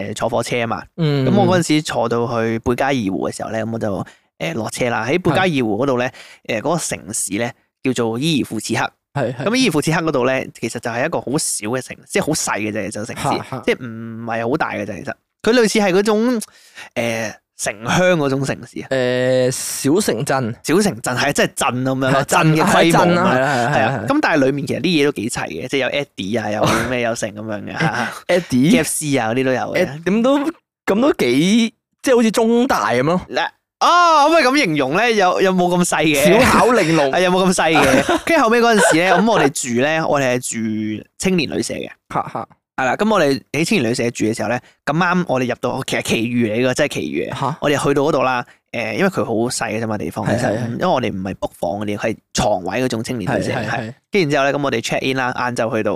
Speaker 2: 誒坐火車啊嘛，
Speaker 3: 嗯，
Speaker 2: 咁我嗰陣時坐到去貝加爾湖嘅時候咧，咁我就誒落車啦。喺貝加爾湖嗰度咧，誒嗰個城市咧叫做伊爾庫茨克。
Speaker 3: 係係
Speaker 2: 咁伊爾庫茨克嗰度咧，其實就係一個好小嘅城，即係好細嘅啫，就城市
Speaker 3: 嚇嚇，
Speaker 2: 即係唔係好大嘅啫。其實佢類似係嗰種誒、呃城鄉嗰種城市啊，
Speaker 3: 誒呃小城鎮，
Speaker 2: 小城鎮係真係鎮咁樣
Speaker 3: 係啊
Speaker 2: 咯，鎮嘅規模
Speaker 3: 鎮啦，
Speaker 2: 啊
Speaker 3: 係啦係
Speaker 2: 嘛。係
Speaker 3: 啦
Speaker 2: 啊，
Speaker 3: 係啦哦
Speaker 2: 咁但係裡面其實啲嘢都幾齊嘅，即係有 Eddie 啊，有咩有成咁 樣嘅
Speaker 3: ，Eddie，
Speaker 2: KFC 啊嗰啲都有嘅。
Speaker 3: 誒點都咁都幾，即係好似中大咁咯，
Speaker 2: 嗱，啊，可唔可以咁形容咧？有有冇咁細
Speaker 3: 小
Speaker 2: 嘅？
Speaker 3: 巧玲珑
Speaker 2: 係有冇咁 細嘅？跟住後尾嗰陣時咧，咁我哋住咧，我哋係住青年旅社嘅。
Speaker 3: 嚇嚇
Speaker 2: 係啦，咁我哋喺青年旅社住嘅時候咧，咁啱我哋入到，其實奇遇嚟嘅，真係奇遇嘅。
Speaker 3: 嚇，
Speaker 2: 我哋去到嗰度啦，誒，因為佢好細嘅啫嘛地方，其
Speaker 3: 係
Speaker 2: 實
Speaker 3: 係係
Speaker 2: 因為我哋唔係 book 房嗰啲，係床位嗰種青年
Speaker 3: 係
Speaker 2: 旅社，
Speaker 3: 係
Speaker 2: 係
Speaker 3: 係
Speaker 2: 跟住然之後咧，咁我哋 check in 啦，晏晝去到，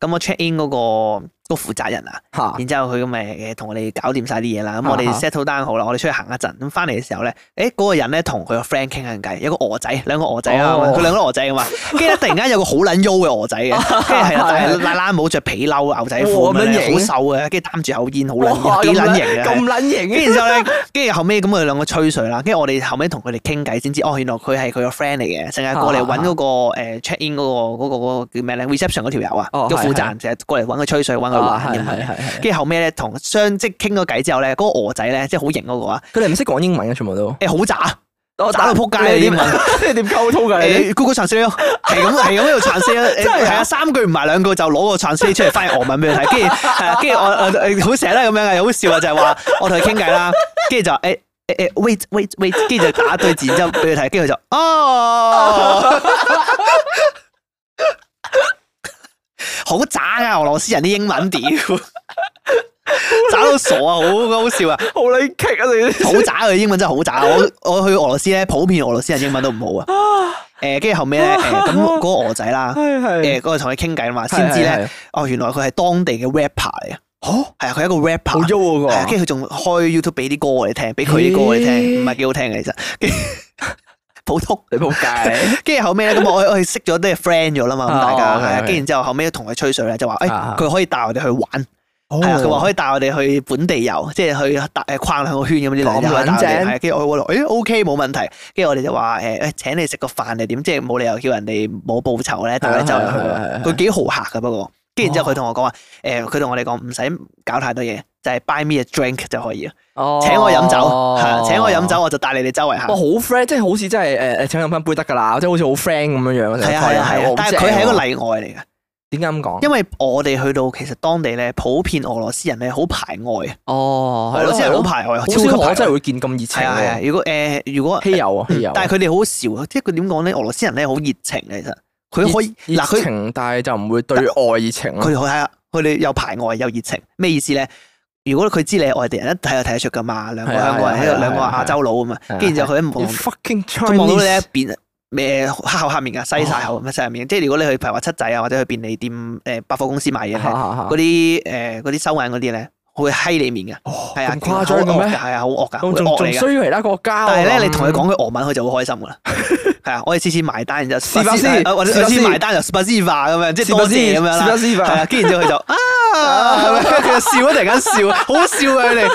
Speaker 2: 咁我 check in 嗰、個嗰負責人啊，
Speaker 3: 嚇
Speaker 2: 然之後佢咁咪誒同我哋搞掂晒啲嘢啦，咁
Speaker 3: 啊
Speaker 2: 我哋
Speaker 3: 啊
Speaker 2: settle down 好啦，我哋出去行一陣，咁翻嚟嘅時候咧，誒嗰個人咧同佢個 friend 傾緊偈，有個鵝仔，兩個鵝仔啊，
Speaker 3: 哦
Speaker 2: 佢兩個鵝仔啊嘛，跟住咧突然間有個好撚 U 嘅鵝仔嘅， 跟住係啦，但係拉拉帽着皮褸牛仔褲
Speaker 3: 哇
Speaker 2: 咁樣
Speaker 3: 咁
Speaker 2: 咧，
Speaker 3: 哦型
Speaker 2: 好瘦嘅，跟住擔住口煙，好
Speaker 3: 哇
Speaker 2: 撚幾撚型嘅。
Speaker 3: 咁撚型
Speaker 2: 跟
Speaker 3: 嘅，
Speaker 2: 住之後咧，跟住後尾咁佢哋兩個吹水啦，跟住我哋後尾同佢哋傾偈先知，哦，原來佢係佢個 friend 嚟嘅，成日過嚟
Speaker 3: 啊
Speaker 2: 揾嗰個誒 check in 嗰個嗰個嗰個叫咩咧 reception 嗰條友啊，
Speaker 3: 哦
Speaker 2: 個
Speaker 3: 係
Speaker 2: 負責人成日過嚟揾佢吹水，揾佢
Speaker 3: 啊
Speaker 2: 玩
Speaker 3: 係
Speaker 2: 咁
Speaker 3: 係係
Speaker 2: 樣。
Speaker 3: 係，
Speaker 2: 跟住後尾咧，同相即係傾咗偈之後咧，嗰個鵝仔咧，即係好型嗰個啊，
Speaker 3: 佢哋唔識講英文嘅全部都，
Speaker 2: 誒好渣，
Speaker 3: 我
Speaker 2: 打到撲街啊
Speaker 3: 你
Speaker 2: 英
Speaker 3: 點
Speaker 2: 文
Speaker 3: 你點溝通 㗎？你哋
Speaker 2: 誒 Google Translate 咯，係咁係咁喺度 Translate 咯，誒
Speaker 3: 真係啊
Speaker 2: 係啊，三句唔埋兩句就攞個 Translate 出嚟翻譯俄文俾佢睇，跟住係啊，跟住我誒好成日都係咁樣嘅，好笑啊，就係話我同佢傾偈啦，跟住就誒。誒誒，wait wait wait，跟住就打對字，然之後俾佢睇，跟住佢就哦， 好渣啊！俄羅斯人啲英文屌， 渣到傻啊，好好笑啊！
Speaker 3: 好撚棘啊！你哋
Speaker 2: 好渣佢英文真係好渣，啊我我去俄羅斯咧，普遍俄羅斯人英文都 唔好啊。誒，跟住後尾咧，誒咁嗰個俄仔啦，
Speaker 3: 係係
Speaker 2: 誒嗰個同佢傾偈啊嘛，先知咧，哦原來佢係當地嘅 rapper 嚟嘅，
Speaker 3: 嚇好
Speaker 2: 係啊，佢係一個 rapper，
Speaker 3: 喐喎個
Speaker 2: 係啊跟住佢仲開 YouTube 俾啲歌我哋聽，俾佢啲歌我哋聽，唔係幾好聽嘅其實，跟住 普通。
Speaker 3: 你仆 街
Speaker 2: 跟住後尾咧，咁我我哋識咗啲 friend 咗啦嘛，咁
Speaker 3: 啊
Speaker 2: 大
Speaker 3: 哦
Speaker 2: 家
Speaker 3: ，OK，
Speaker 2: 係啊，
Speaker 3: OK
Speaker 2: 跟住然之後後尾同佢吹水咧，就話誒哎
Speaker 3: 啊
Speaker 2: 佢可以帶我哋去玩。係啊，
Speaker 3: 係
Speaker 2: 佢話可以帶我哋去本地遊，即係去搭誒逛兩個圈咁
Speaker 3: 咁
Speaker 2: 啲兩
Speaker 3: 撚
Speaker 2: 日帶我哋
Speaker 3: 正
Speaker 2: 係跟住我話誒 OK 冇問題，跟住我哋就話誒誒請你食個飯定點，即係冇理由叫人哋冇報酬咧，帶你周圍
Speaker 3: 係啊
Speaker 2: 去
Speaker 3: 係啊係啊
Speaker 2: 喎。佢幾豪客㗎不過，跟住然之後佢同我講話誒，佢同我哋講唔使搞太多嘢，就係 buy me a drink 就可以啦，請我飲酒
Speaker 3: 哦
Speaker 2: 係啊請我飲酒我就帶你哋周圍行
Speaker 3: 哇，。好 friend，即係好似真係誒誒請飲翻杯得㗎啦，即係好似好 friend 咁樣樣。
Speaker 2: 係啊係啊係啊，但係佢係一個例外嚟嘅，
Speaker 3: 哎點解咁講？
Speaker 2: 因為我哋去到其實當地咧，普遍俄羅斯人咧好排外啊，
Speaker 3: 哦，
Speaker 2: 俄羅斯人好排外，超
Speaker 3: 好
Speaker 2: 級
Speaker 3: 少
Speaker 2: 排
Speaker 3: 我
Speaker 2: 外。
Speaker 3: 真係會見咁熱情
Speaker 2: 係啊係啊，
Speaker 3: 喎，
Speaker 2: 如果誒如果呃
Speaker 3: 稀有啊稀有啊。
Speaker 2: 但係佢哋好少啊，即係佢點講咧？俄羅斯人咧好熱情嘅，其實佢可以嗱，
Speaker 3: 啊熱
Speaker 2: 佢
Speaker 3: 情，但係就唔會對外熱情
Speaker 2: 佢
Speaker 3: 咯。
Speaker 2: 哋好係啊，佢哋又排外又熱情，咩意思咧？如果佢知你係外地人，一睇就睇得出噶嘛，兩個
Speaker 3: 係啊
Speaker 2: 香港人
Speaker 3: 係啊
Speaker 2: 喺
Speaker 3: 係啊
Speaker 2: 度，兩個
Speaker 3: 係啊
Speaker 2: 亞洲佬啊嘛，
Speaker 3: 係啊
Speaker 2: 跟住就佢一望
Speaker 3: You fucking 哦
Speaker 2: 佢望到你
Speaker 3: Chinese
Speaker 2: 咧變咩黑口黑面㗎，西晒口咩西晒面，即係如果你去譬如話七仔啊，或者去便利店誒百貨公司買嘢呢嗰
Speaker 3: 嗰啲
Speaker 2: 啲誒嗰啲收銀嗰啲咧，會閪你面㗎，係啊，
Speaker 3: 咁誇張
Speaker 2: 好
Speaker 3: 嘅
Speaker 2: 惡㗎
Speaker 3: 咩？
Speaker 2: 係啊，好惡㗎，好
Speaker 3: 仲仲
Speaker 2: 惡
Speaker 3: 仲
Speaker 2: 嚟㗎。
Speaker 3: 需要其他國家喎。
Speaker 2: 但係咧，你同佢
Speaker 3: 嗯
Speaker 2: 講句俄文，佢就會開心噶 啦。係啊，我哋次次埋單，然之後
Speaker 3: Спасибо，
Speaker 2: 啊或者
Speaker 3: Spasибо
Speaker 2: 我次次埋單就 s p a s i v a 咁樣，即係多謝咁樣啦。
Speaker 3: Спасибо，Spasибо
Speaker 2: 係啊，跟住之後佢就啊，咁樣佢就笑啊，突然間笑，好好笑啊佢哋。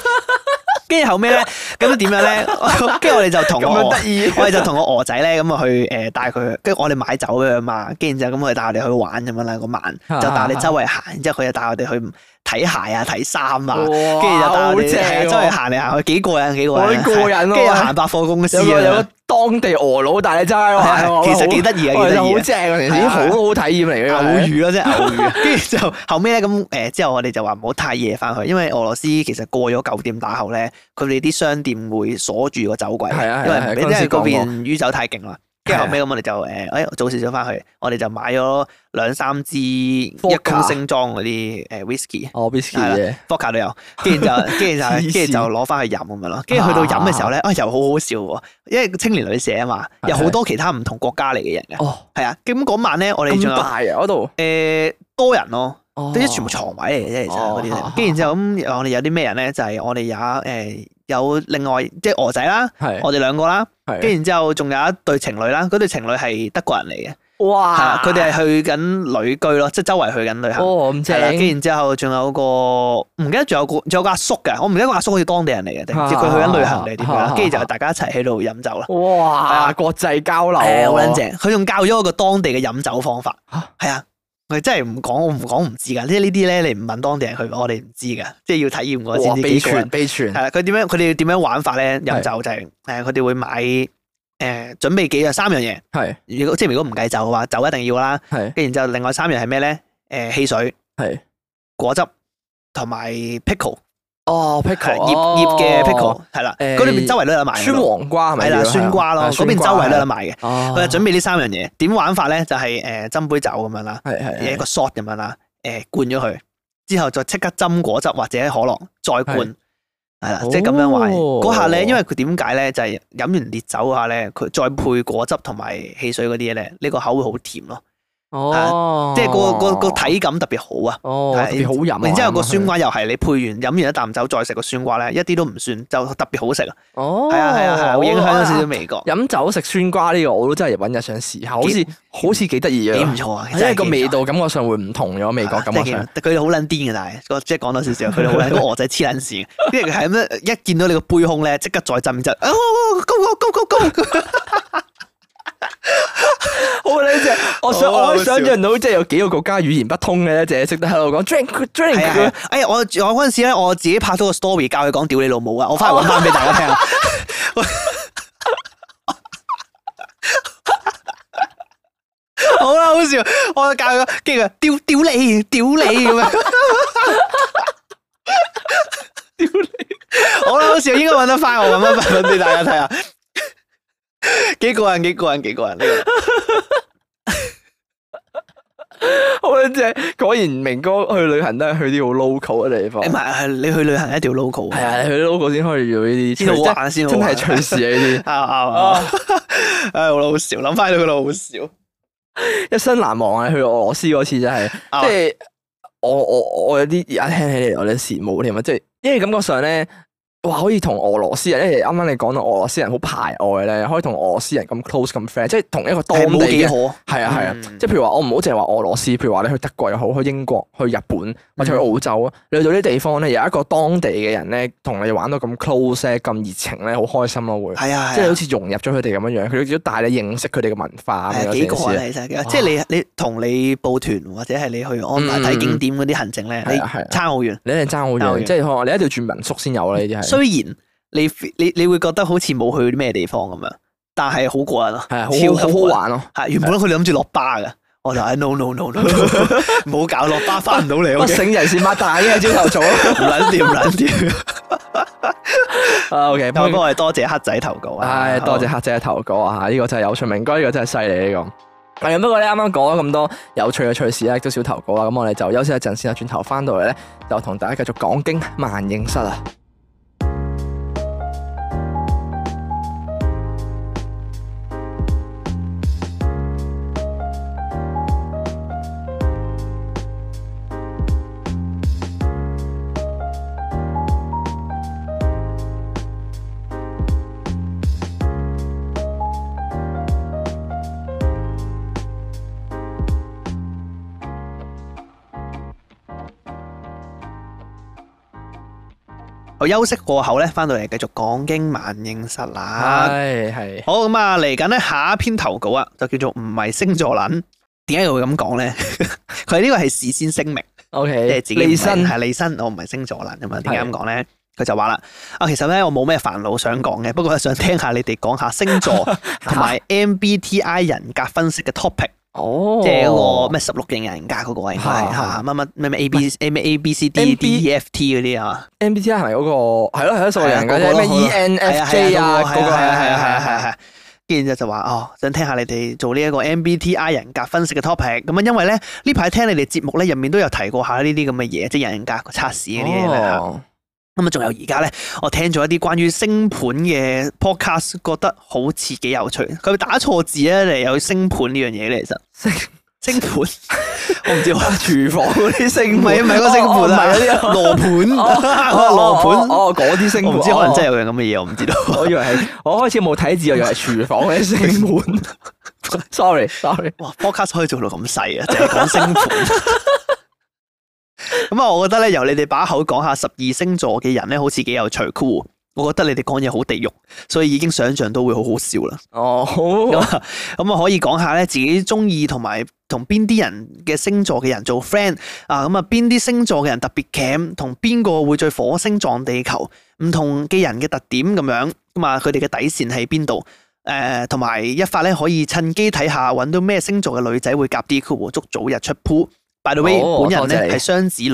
Speaker 2: 跟住後尾咧，咁點樣咧？ 跟住我哋就同
Speaker 3: 咁
Speaker 2: 個
Speaker 3: 樣
Speaker 2: 俄
Speaker 3: 得意
Speaker 2: 我哋就同個俄仔咧咁啊去誒帶佢，跟住我哋買酒俾佢嘛，跟住然之後咁佢帶我哋去玩咁樣啦個晚，就帶我哋周圍行，然之後佢就帶我哋去睇鞋啊、睇衫啊，跟住就帶我哋係啊周圍行嚟行去，幾過癮幾過
Speaker 3: 好
Speaker 2: 癮，
Speaker 3: 過癮喎
Speaker 2: 跟住又行百貨公司
Speaker 3: 有個有
Speaker 2: 啊
Speaker 3: 個。當地俄佬大真係
Speaker 2: 係啊
Speaker 3: 話，
Speaker 2: 其實幾得意啊幾得意啊
Speaker 3: 好正啊，其實已
Speaker 2: 係
Speaker 3: 經
Speaker 2: 啊
Speaker 3: 好好體驗嚟嘅。
Speaker 2: 偶
Speaker 3: 係
Speaker 2: 遇咯，即係啊偶遇。 跟住就後尾咧，咁誒之後我哋就話唔好太夜翻去，因為俄羅斯其實過咗九點打後咧，佢哋啲商店會鎖住個酒櫃，
Speaker 3: 係啊係啊係啊
Speaker 2: 因為
Speaker 3: 嗰
Speaker 2: 因
Speaker 3: 陣時
Speaker 2: 為嗰
Speaker 3: 講啊
Speaker 2: 邊酗酒太勁啦。跟住後尾咁，我哋就誒，誒早少少翻去，我哋就買咗兩三支一
Speaker 3: Vodka
Speaker 2: 公升裝嗰啲誒 whisky。
Speaker 3: 我 whisky
Speaker 2: 係啦
Speaker 3: 啫，
Speaker 2: 伏卡都有，跟 住就跟住就
Speaker 3: 黐線
Speaker 2: 跟住就攞翻去飲咁樣咯。跟住去到飲嘅時候咧，啊又好好笑喎，因為青年旅社啊嘛，有好多其他唔同國家嚟嘅人嘅，
Speaker 3: 哦
Speaker 2: 係啊。咁嗰晚咧，我哋
Speaker 3: 咁
Speaker 2: 仲有
Speaker 3: 大啊嗰度，
Speaker 2: 誒多人咯。
Speaker 3: 哦
Speaker 2: 啲全部床位嚟嘅啫，其實
Speaker 3: 哦
Speaker 2: 嗰啲
Speaker 3: 哦
Speaker 2: 都。跟住之後咁，我哋有啲咩人咧？就係我哋有誒有另外即係俄仔啦，
Speaker 3: 係
Speaker 2: 我哋兩個啦，
Speaker 3: 係
Speaker 2: 跟住之後仲有一對情侶啦。嗰對情侶係德國人嚟嘅，係
Speaker 3: 哇
Speaker 2: 啦，佢哋係去緊旅居咯，即係周圍去緊旅行。
Speaker 3: 哦咁
Speaker 2: 係啦，跟
Speaker 3: 正，
Speaker 2: 住之後仲有個唔記得仲有個仲有個阿叔嘅，我唔記得個阿叔好似當地人嚟嘅，定唔知佢去緊旅行定係點樣啦。跟住就大家一齊喺度飲酒啦。
Speaker 3: 哇
Speaker 2: 啊
Speaker 3: 國際交流
Speaker 2: 係
Speaker 3: 啊，
Speaker 2: 啊好撚正。佢仲教咗我個當地嘅飲酒方法
Speaker 3: 嚇，
Speaker 2: 係啊，佢真係唔講，我唔講唔知㗎。即係呢啲咧，你唔問當地人，佢我哋唔知㗎，即係要體驗過先
Speaker 3: 哇
Speaker 2: 知
Speaker 3: 秘
Speaker 2: 幾過癮
Speaker 3: 傳。秘傳
Speaker 2: 係啦，佢點樣？佢哋點樣玩法咧？飲酒就係誒，佢哋會買誒準備幾樣三樣嘢。
Speaker 3: 係
Speaker 2: 如果即係如果唔計酒嘅話，酒一定要啦。
Speaker 3: 係
Speaker 2: 跟住然之後，另外三樣係咩咧？誒汽水、
Speaker 3: 係
Speaker 2: 果汁同埋 pickle。
Speaker 3: 哦，pickle，
Speaker 2: 係葉葉嘅 pickle
Speaker 3: 哦
Speaker 2: 係啦，
Speaker 3: 誒
Speaker 2: 嗰裏邊周圍都有得賣㗎
Speaker 3: 酸
Speaker 2: 咯。
Speaker 3: 黃瓜係咪
Speaker 2: 係
Speaker 3: 叫？
Speaker 2: 啦，酸瓜咯，
Speaker 3: 係啊
Speaker 2: 嗰邊周圍都有得。賣嘅。
Speaker 3: 哦，
Speaker 2: 佢就準備呢三樣嘢，點玩法咧？就係誒斟杯酒咁樣啦，
Speaker 3: 係係
Speaker 2: 一個 shot 咁樣啦，誒灌咗佢，之後再即刻斟果汁或者可樂再灌，係啦，即係咁樣玩。
Speaker 3: 哦
Speaker 2: 嗰下咧，因為佢點解咧？就係飲完烈酒嗰下咧，佢再配果汁同埋汽水嗰啲嘢咧，呢個口會好甜咯，
Speaker 3: 哦，
Speaker 2: 即係個個個體感特別好啊！
Speaker 3: 哦
Speaker 2: 係
Speaker 3: 特別好飲啊。
Speaker 2: 然之後個
Speaker 3: 咁
Speaker 2: 酸
Speaker 3: 樣佢，
Speaker 2: 瓜又係你配完飲完一啖酒再食個酸瓜咧，一啲都唔酸，就特別好食啊！
Speaker 3: 哦，
Speaker 2: 係啊係啊係啊，會影響到少少
Speaker 3: 啊。
Speaker 2: 味覺，
Speaker 3: 飲酒食酸瓜呢個我都真係揾日想試下，好似好似幾得意啊，
Speaker 2: 幾唔錯啊！
Speaker 3: 因
Speaker 2: 真
Speaker 3: 為
Speaker 2: 係
Speaker 3: 個
Speaker 2: 幾唔
Speaker 3: 味
Speaker 2: 錯
Speaker 3: 道感覺上會唔同咗味覺感覺
Speaker 2: 即係
Speaker 3: 上。
Speaker 2: 其實佢哋好撚癲嘅，但係個即係講多少少，佢哋好撚個鵝仔黐撚線嘅，啲人係咁樣一見到你個杯空咧，即刻再浸就啊，go go go go go，
Speaker 3: 好靚正，我想
Speaker 2: 好啊
Speaker 3: 我可以
Speaker 2: 好笑
Speaker 3: 想象到即係有幾個國家語言不通嘅咧，淨係識得喺度講 drink
Speaker 2: 係啊係
Speaker 3: drink
Speaker 2: 啊。哎呀，我我嗰陣時咧，我自己拍咗個 story 教佢講屌你老母啊，我翻嚟揾翻俾大家聽啊。好啦，好笑，我教佢，跟住佢屌屌你，屌你咁樣。
Speaker 3: 屌你！
Speaker 2: 好啦，好笑，應該揾得翻，我揾翻份俾大家睇下，幾過癮，幾過癮，幾過癮呢個。
Speaker 3: 好靚正，果然明哥去旅行都係去啲好 local 嘅地方
Speaker 2: 誒唔。係，啊係你去旅行一定要 local
Speaker 3: 係啊，你去 local 先可以做呢啲
Speaker 2: 先好
Speaker 3: 趣，
Speaker 2: 玩先
Speaker 3: 真
Speaker 2: 好
Speaker 3: 真係
Speaker 2: 玩
Speaker 3: 趣事啊！ 呢
Speaker 2: 啱
Speaker 3: 啲
Speaker 2: 啱啊！
Speaker 3: 啊，
Speaker 2: 唉，好啦好笑，諗翻到佢啦，好笑。
Speaker 3: 一生難忘啊！去俄羅斯嗰次真係，
Speaker 2: 啊
Speaker 3: 即係我我我有啲而家聽起嚟有啲羨慕添啊！即係因為感覺上咧，哇，可以同俄羅斯人，因為啱啱你講到俄羅斯人好排外咧，可以同俄羅斯人咁 close 咁 friend，即係同一個當
Speaker 2: 係
Speaker 3: 地
Speaker 2: 冇幾
Speaker 3: 嘅
Speaker 2: 可，
Speaker 3: 係啊係啊，
Speaker 2: 嗯
Speaker 3: 即係譬如話我唔好淨係話俄羅斯，譬如話你去德國又好，去英國、去日本或者去澳洲啊，你去到啲地方咧，有一個當地嘅人咧，同你玩到咁 close 咧，咁熱情咧，好開心咯會，
Speaker 2: 係啊，
Speaker 3: 即係
Speaker 2: 係
Speaker 3: 好
Speaker 2: 啊
Speaker 3: 似融入咗佢哋咁樣樣，佢哋都帶你認識佢哋嘅文化咁
Speaker 2: 係
Speaker 3: 樣
Speaker 2: 啊，幾
Speaker 3: 成
Speaker 2: 個
Speaker 3: 件事
Speaker 2: 人其實，即係你你同你報團或者係你去安排睇景點嗰啲行程咧，你
Speaker 3: 嗯係啊係啊
Speaker 2: 差好遠。
Speaker 3: 你一定爭好
Speaker 2: 爭好
Speaker 3: 遠，
Speaker 2: 遠
Speaker 3: 即係可能你一定要住民宿先有啦，呢啲係
Speaker 2: 雖然你你你會覺得好似冇去啲咩地方咁樣，但係好過癮咯，
Speaker 3: 係
Speaker 2: 超
Speaker 3: 啊，好好好。玩 咯。
Speaker 2: 係原本佢哋諗住落巴嘅，我就唉 no no no no，no，唔好搞落巴，翻唔到嚟。
Speaker 3: 不
Speaker 2: OK？
Speaker 3: 醒人事擘大嘅朝頭早
Speaker 2: 唔撚掂，唔撚掂。
Speaker 3: 啊，OK，
Speaker 2: 不過我哋多謝黑仔投稿啊！
Speaker 3: 唉，多謝黑仔嘅投稿啊！呢、個真係有趣，明哥呢、個真係犀利呢個。係啊，不過咧啱啱講咗咁多有趣嘅趣事啊咧，都少投稿啦。咁我哋就休息一陣先啦，轉頭翻到嚟咧就同大家繼續講經萬應室啊。
Speaker 2: 我休息過後咧，翻到嚟繼續講經萬應室啦。
Speaker 3: 係係
Speaker 2: 好咁啊，嚟緊咧下一篇投稿啊，就叫做唔係星座撚。點解佢會咁講咧？佢呢 個係事先聲明，即係
Speaker 3: ，OK，
Speaker 2: 自己
Speaker 3: 利申
Speaker 2: 係利身，我唔係星座撚咁啊。點解咁講咧？佢就話啦，啊，其實咧我冇咩煩惱想講嘅，不過想聽下你哋講下星 座同埋 MBTI 人格分析嘅 topic，
Speaker 3: 哦，
Speaker 2: 即係嗰個咩十六型人格嗰個係
Speaker 3: 嚇
Speaker 2: 係嚇乜乜咩咩 A B 咩 A B C D D E F T 嗰啲啊嘛。
Speaker 3: MBTI 係咪嗰個係咯係咯，數人嗰
Speaker 2: 係啊嗰個
Speaker 3: 啲
Speaker 2: 咯
Speaker 3: 咩 E ENFJ 啊，嗰
Speaker 2: 係
Speaker 3: 個哦係
Speaker 2: 係啊
Speaker 3: 係
Speaker 2: 係啊係啊係
Speaker 3: 係
Speaker 2: 啊係啊。跟住就話哦，想聽下你哋做呢一個 MBTI 人格分析嘅 topic 咁啊，因為咧呢排聽你哋節目咧，入面都有提過下呢啲咁嘅嘢，即係人格測試嗰啲嘢啦。
Speaker 3: 哦
Speaker 2: 咁啊，仲有而家咧，我聽咗一啲關於星盤嘅 podcast，覺得好似幾有趣。佢打錯字咧，嚟有星盤呢樣嘢咧，其實
Speaker 3: 星
Speaker 2: 星盤 我唔知喎，
Speaker 3: 廚房嗰啲星
Speaker 2: 唔係唔係嗰個星
Speaker 3: 哦
Speaker 2: 盤
Speaker 3: 哦唔係嗰
Speaker 2: 啊，
Speaker 3: 啲
Speaker 2: 羅盤，羅
Speaker 3: 哦
Speaker 2: 盤，
Speaker 3: 哦嗰啲星
Speaker 2: 我
Speaker 3: 盤，
Speaker 2: 唔知可能
Speaker 3: 哦
Speaker 2: 真係有樣咁嘅嘢，我唔知道。
Speaker 3: 我以為係，我開始冇睇字，我以為係廚房嘅星門。Sorry，sorry，
Speaker 2: 哇，podcast 可以做到咁細啊，淨係講星盤。 咁啊，我覺得咧，由你哋把口講下十二星座嘅人咧，好似幾有趣 cool。我覺得你哋講嘢好地獄，所以已經想像到會好好笑啦。
Speaker 3: 哦，好，
Speaker 2: 咁啊，可以講下咧自己中意同埋同邊啲人嘅星座嘅人做 friend 啊，咁啊邊啲星座嘅人特別 cam，同邊個會最火星撞地球，唔同嘅人嘅特點咁樣，咁啊佢哋嘅底線喺邊度？誒，同埋一發咧可以趁機睇下揾到咩星座嘅女仔會夾啲 cool，祝早日出鋪。 by the way，
Speaker 3: 好
Speaker 2: 本人
Speaker 3: 哦多謝
Speaker 2: 咧
Speaker 3: 你
Speaker 2: 係雙子女，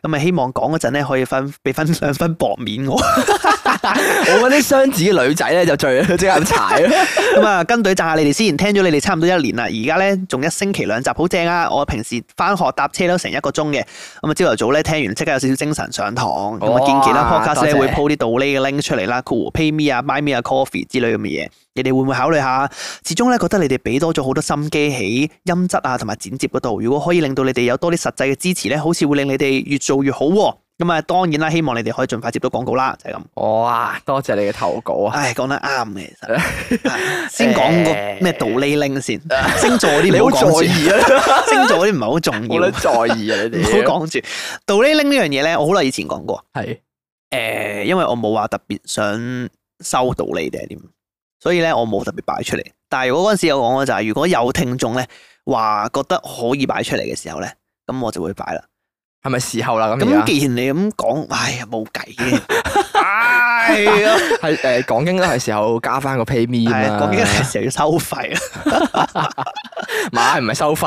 Speaker 2: 咁啊希望講嗰陣咧可以分俾分 兩分薄面我。
Speaker 3: 我嗰啲雙子女仔咧就最 即刻踩啦。
Speaker 2: 咁啊，跟隊讚下你哋先，聽咗你哋差唔多一年啦，而家咧仲一星期兩集，好正啊！我平時翻學搭車都成一個鐘嘅，咁啊朝頭早咧聽完即刻有少少精神上堂，咁啊
Speaker 3: 哇
Speaker 2: 見其他 podcast 咧
Speaker 3: 多謝
Speaker 2: 會 po 啲道理嘅 link 出嚟啦，cool pay me 啊，buy me 啊，coffee 之類咁嘅嘢，你哋會唔會考慮下？始終咧覺得你哋俾多咗好多心機喺音質啊同埋剪接嗰度，如果可以令到你哋有多啲實際嘅支持咧，好似會令你哋越做越好喎、咁啊，當然啦，希望你哋可以盡快接到廣告啦，就係、咁。
Speaker 3: 哇，多謝你嘅投稿啊！
Speaker 2: 唉，講得啱嘅，其實 唉先講個咩道理拎先，星座嗰
Speaker 3: 啊你
Speaker 2: 啲
Speaker 3: 好
Speaker 2: 唔好
Speaker 3: 在
Speaker 2: 講住，
Speaker 3: 意 啊，
Speaker 2: 星座嗰啲唔係好重
Speaker 3: 好
Speaker 2: 要，唔
Speaker 3: 撚在意啊，你哋
Speaker 2: 好講住。道理拎呢樣嘢咧，我好耐以前講過，
Speaker 3: 係
Speaker 2: 誒，因為我冇話特別想收道理定係點，所以咧我冇特別擺出嚟。但係如果嗰陣時有講過就係，如果有聽眾咧話覺得可以擺出嚟嘅時候咧，咁我就會擺啦。
Speaker 3: 係咪時候啦？咁啊而
Speaker 2: 咁
Speaker 3: 家
Speaker 2: 既然你咁講，唉呀冇計嘅， 唉呀。
Speaker 3: 係誒講經都係時候加翻個 pay me
Speaker 2: 係
Speaker 3: 啊
Speaker 2: 講
Speaker 3: 嘛，
Speaker 2: 經係時候要收費啊啦，
Speaker 3: 買唔係收費。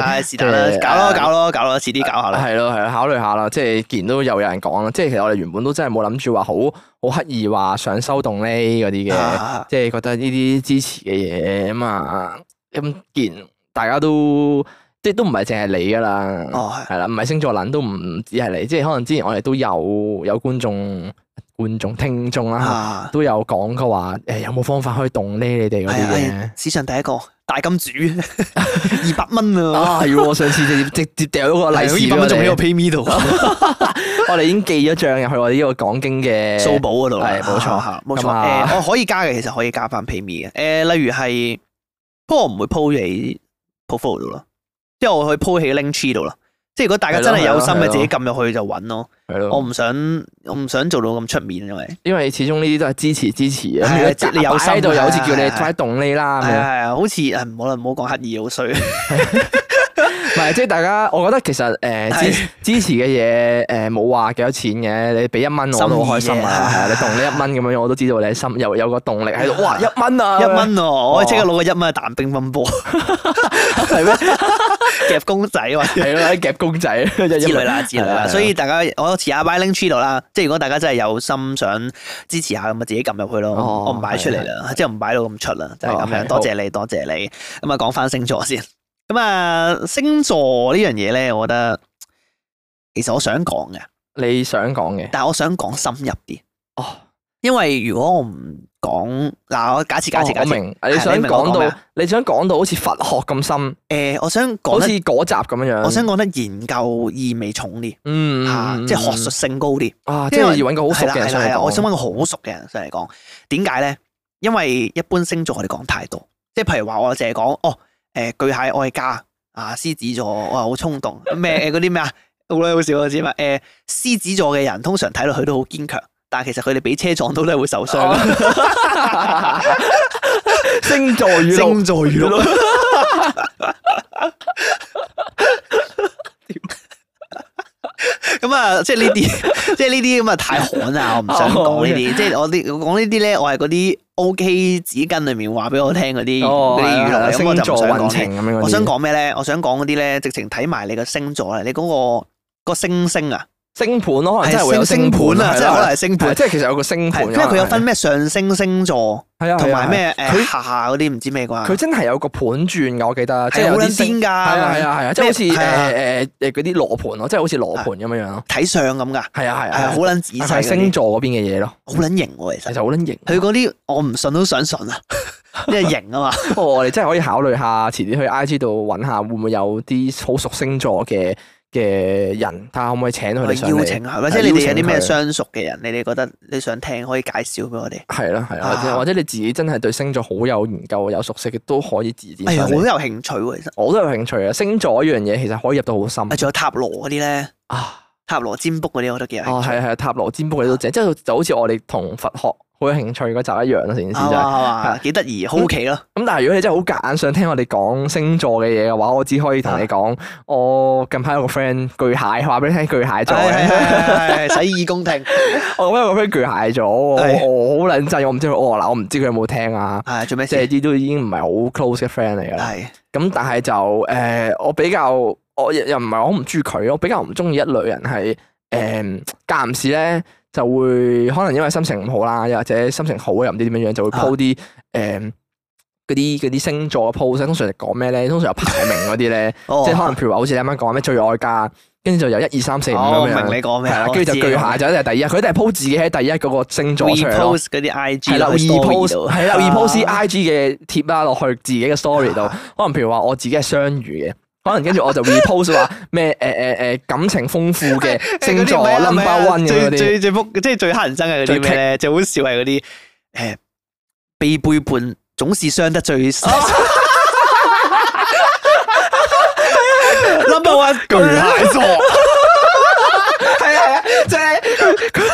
Speaker 2: 唉是但啦，
Speaker 3: 誒
Speaker 2: 搞咯搞咯搞咯，遲啲搞下啦。
Speaker 3: 係咯係咯，考慮下啦。即係既然都有有人講啦，即係其實我哋原本都真係冇諗住話好好刻意話想收動呢嗰啲嘅，
Speaker 2: 啊
Speaker 3: 即係覺得呢啲支持嘅嘢啊嘛。咁既然大家都即係都唔係淨係你噶啦，
Speaker 2: 哦，係
Speaker 3: 係啦，唔係星座撚都唔止係你，即係可能之前我哋都有有觀眾、觀眾、聽眾啦，
Speaker 2: 啊，
Speaker 3: 都有講過話誒有冇方法可以動呢你哋嗰啲
Speaker 2: 係
Speaker 3: 嘅
Speaker 2: 啊。，史上第一個大 金主，二百蚊啊，
Speaker 3: 啊，係喎！上次直接 直接掉咗個利是
Speaker 2: 二
Speaker 3: 俾
Speaker 2: 百
Speaker 3: 我
Speaker 2: 蚊仲喺個
Speaker 3: 哋，
Speaker 2: PayMe 度，
Speaker 3: 我哋已經記咗帳入去我哋呢個講經嘅
Speaker 2: 數寶嗰度啦，
Speaker 3: 係冇錯
Speaker 2: 嚇冇
Speaker 3: 咁
Speaker 2: 錯。
Speaker 3: 啊
Speaker 2: 誒，我可以加嘅，其實可以加翻 PayMe 嘅。誒，例如係，不過我唔會 po 喺 portfolio 度咯，即係我去 po 喺 Linktree 度咯。即係如果大家真係有心
Speaker 3: 係咯係
Speaker 2: 嘅，
Speaker 3: 咯
Speaker 2: 自己撳入去就揾咯。
Speaker 3: 係咯
Speaker 2: 我唔想，我唔想做到咁出面，因為
Speaker 3: 因為始終呢啲都係支持支持
Speaker 2: 係啊
Speaker 3: 嘅，如果
Speaker 2: 即係你有心
Speaker 3: 擺喺度
Speaker 2: 係
Speaker 3: 又
Speaker 2: 啊
Speaker 3: 好似叫
Speaker 2: 係
Speaker 3: 你
Speaker 2: 啊
Speaker 3: 快動呢啦咁
Speaker 2: 係
Speaker 3: 樣，
Speaker 2: 啊係啊，好似誒唔好啦，唔好講乞兒好衰。
Speaker 3: 唔係即係大家，我覺得其實誒支
Speaker 2: 係
Speaker 3: 支持嘅嘢誒冇話幾多錢嘅，你俾一蚊我都好開心
Speaker 2: 心意嘅
Speaker 3: 啊，係啊，你動呢一蚊咁樣，我都知道你心有有個動力喺度， 哇一蚊啊
Speaker 2: 一蚊喎，我可以即刻攞個一蚊去彈乒 乓波，
Speaker 3: 係 咩？
Speaker 2: 夾公仔或者
Speaker 3: 係咯，夾公仔之
Speaker 2: 之類啦之類
Speaker 3: 係啊係
Speaker 2: 啦。
Speaker 3: 啊
Speaker 2: 所以大家我遲下 buy link tree 度啦，即係如果大家真係有心想支持下咁啊，自己撳入去咯。
Speaker 3: 哦
Speaker 2: 我唔擺出嚟啦，即係唔擺到咁出啦，就係咁
Speaker 3: 哦
Speaker 2: 樣。
Speaker 3: 係
Speaker 2: 多謝你，多謝你。咁啊，講翻星座先。咁啊，星座呢樣嘢咧，我覺得其實我想講嘅，
Speaker 3: 你想講嘅
Speaker 2: 但係我想講深入啲，
Speaker 3: 哦，
Speaker 2: 因為如果我唔講嗱，我假設假設
Speaker 3: 哦
Speaker 2: 假
Speaker 3: 我
Speaker 2: 設，
Speaker 3: 明，你想
Speaker 2: 你明我講咩
Speaker 3: 講到
Speaker 2: 啊
Speaker 3: 你想講到好似佛學咁深，
Speaker 2: 誒，我想
Speaker 3: 好
Speaker 2: 講
Speaker 3: 似嗯
Speaker 2: 得，
Speaker 3: 嗰集咁樣樣，
Speaker 2: 我想講得研究意味重啲。
Speaker 3: 嗯
Speaker 2: 啊
Speaker 3: 嗯
Speaker 2: 即係
Speaker 3: 嗯
Speaker 2: 學術性高啲。
Speaker 3: 啊，即係要揾個好熟嘅人
Speaker 2: 係啦
Speaker 3: 上
Speaker 2: 係
Speaker 3: 嚟
Speaker 2: 啦，
Speaker 3: 講
Speaker 2: 我想揾個好熟嘅人上嚟講。點解咧？因為一般星座我哋講太多，即係譬如話我淨係講哦，誒巨蟹愛家啊，獅子座我好衝動，咩 誒嗰啲咩啊，好啦好笑我知嘛。誒獅子座嘅人通常睇落去都好堅強，但係其實佢哋俾車撞到都係會受傷。
Speaker 3: 哦 星座語錄，
Speaker 2: 星座 語錄。啊咁啊，即係呢啲， 即係呢啲咁啊，太寒啊！我唔想
Speaker 3: 哦
Speaker 2: 講呢啲，即係我啲我講呢啲咧，我係嗰啲 O.K. 紙巾裏面話俾我聽嗰啲
Speaker 3: 哦
Speaker 2: 嗰啲
Speaker 3: 係
Speaker 2: 語
Speaker 3: 啦
Speaker 2: 錄，咁我
Speaker 3: 星
Speaker 2: 就唔
Speaker 3: 座
Speaker 2: 想
Speaker 3: 運
Speaker 2: 講呢啲。
Speaker 3: 程咁樣嗰啲。
Speaker 2: 我想講咩咧？我想講嗰啲咧，直情睇埋你個星座啦，你嗰個個星星啊，
Speaker 3: 星盤咯，可能真哦係會有
Speaker 2: 係星
Speaker 3: 盤
Speaker 2: 盤啊，即係可能係星
Speaker 3: 係
Speaker 2: 盤，
Speaker 3: 即係其實有個星盤
Speaker 2: 係
Speaker 3: 㗎嘛，
Speaker 2: 因為佢有分咩上升星座
Speaker 3: 係啊，係啊
Speaker 2: 同埋，咩
Speaker 3: 佢
Speaker 2: 誒下下嗰啲唔知咩啩。
Speaker 3: 佢真係有個盤轉㗎，我記得，即
Speaker 2: 係
Speaker 3: 係
Speaker 2: 好
Speaker 3: 有啲
Speaker 2: 撚
Speaker 3: 星
Speaker 2: 癲㗎，
Speaker 3: 係啊係啊係啊，即係好似誒
Speaker 2: 咩係啊
Speaker 3: 誒誒嗰啲羅盤咯，即係好似羅盤咁樣樣咯，
Speaker 2: 睇相咁噶，
Speaker 3: 係
Speaker 2: 係
Speaker 3: 啊係啊係
Speaker 2: 啊，
Speaker 3: 啊
Speaker 2: 好，撚仔細
Speaker 3: 係
Speaker 2: 嗰啲，
Speaker 3: 星座嗰邊嘅嘢咯，
Speaker 2: 好撚型喎，其
Speaker 3: 其實
Speaker 2: 實
Speaker 3: 好 撚型。
Speaker 2: 佢嗰啲我唔信都想信啊， 因為型啊嘛，
Speaker 3: 不過我哋真係可以考慮下，遲啲去 I G 度揾下，會唔會有啲好熟星座嘅嘅人，睇下可唔可以請 佢哋上
Speaker 2: 邀
Speaker 3: 嚟？
Speaker 2: 請下，或者你哋有啲
Speaker 3: 邀請
Speaker 2: 咩
Speaker 3: 佢
Speaker 2: 相熟嘅人，你哋覺得你想聽可以介紹俾我哋。
Speaker 3: 係啦，係啦，或
Speaker 2: 啊
Speaker 3: 者或者你自己真係對星座好有研究、有熟悉嘅，都可以自薦
Speaker 2: 哎呀，
Speaker 3: 上
Speaker 2: 我都
Speaker 3: 嚟。
Speaker 2: 有興趣喎，其實。
Speaker 3: 我都有興趣啊！星座呢樣嘢其實可以入到好深
Speaker 2: 啊，仲有塔羅嗰啲咧，
Speaker 3: 啊！
Speaker 2: 塔羅占卜嗰啲，我覺得幾有
Speaker 3: 哦，
Speaker 2: 興趣。
Speaker 3: 係係塔羅占卜你都正，即係就好似我哋同佛學好有興趣嗰集一樣咯，成件事
Speaker 2: 係
Speaker 3: 就係
Speaker 2: 嘛係嘛，幾得意，好奇咯。
Speaker 3: 咁但係如果你真係好夾硬想聽我哋講星座嘅嘢嘅話，我只可以同你講，
Speaker 2: 啊
Speaker 3: 我近排有個 friend 巨蟹，話俾你聽巨蟹座
Speaker 2: 係係
Speaker 3: 嘅。
Speaker 2: 係係 係洗耳恭聽，
Speaker 3: 我有個 friend 巨蟹座，我
Speaker 2: 係
Speaker 3: 我好撚震，我唔知佢我嗱，我唔知佢有冇聽啊。
Speaker 2: 係做咩
Speaker 3: 即係
Speaker 2: 事？
Speaker 3: 呢啲都已經唔係好 close 嘅 friend 嚟㗎啦。
Speaker 2: 係
Speaker 3: 咁但係就誒、呃我比較我我又又唔係我唔中意佢，我比較唔中意一類人係誒間唔時咧就會可能因為心情唔好啦，又或者心情好又唔知點樣樣，就會
Speaker 2: 啊
Speaker 3: po 啲誒嗰啲嗰啲星座嘅 post，通常係講咩咧？通常有排名嗰啲咧，
Speaker 2: 哦
Speaker 3: 即係可能譬如話好似你啱啱講咩最愛家，跟住就有一二三四五
Speaker 2: 哦我
Speaker 3: 咁
Speaker 2: 明
Speaker 3: 樣，
Speaker 2: 你講
Speaker 3: 啊係
Speaker 2: 咩
Speaker 3: 啦
Speaker 2: 啦，，
Speaker 3: 跟住就巨下
Speaker 2: 下
Speaker 3: 就一定係第一，佢一定係 po 自己喺第一嗰個星座出嚟咯
Speaker 2: repost 嗰啲 IG
Speaker 3: 係啦
Speaker 2: 落去 story
Speaker 3: ，repost
Speaker 2: 度
Speaker 3: 係啦
Speaker 2: 啊
Speaker 3: ，repost IG 嘅貼啦落去自己嘅 story 度，可能譬如話我自己係雙魚嘅。可能跟住我就 repost 話咩誒誒誒感情豐富嘅星座
Speaker 2: 嗰啲咩啊
Speaker 3: number
Speaker 2: 咩啊
Speaker 3: one 咁嗰
Speaker 2: 最
Speaker 3: 啲，
Speaker 2: 最最撲即係最黑人憎嘅嗰
Speaker 3: 最
Speaker 2: 啲咩咧？最好笑係嗰啲誒被背叛總是傷得最深。number one 巨蟹 座，
Speaker 3: 係啊係啊，即係佢佢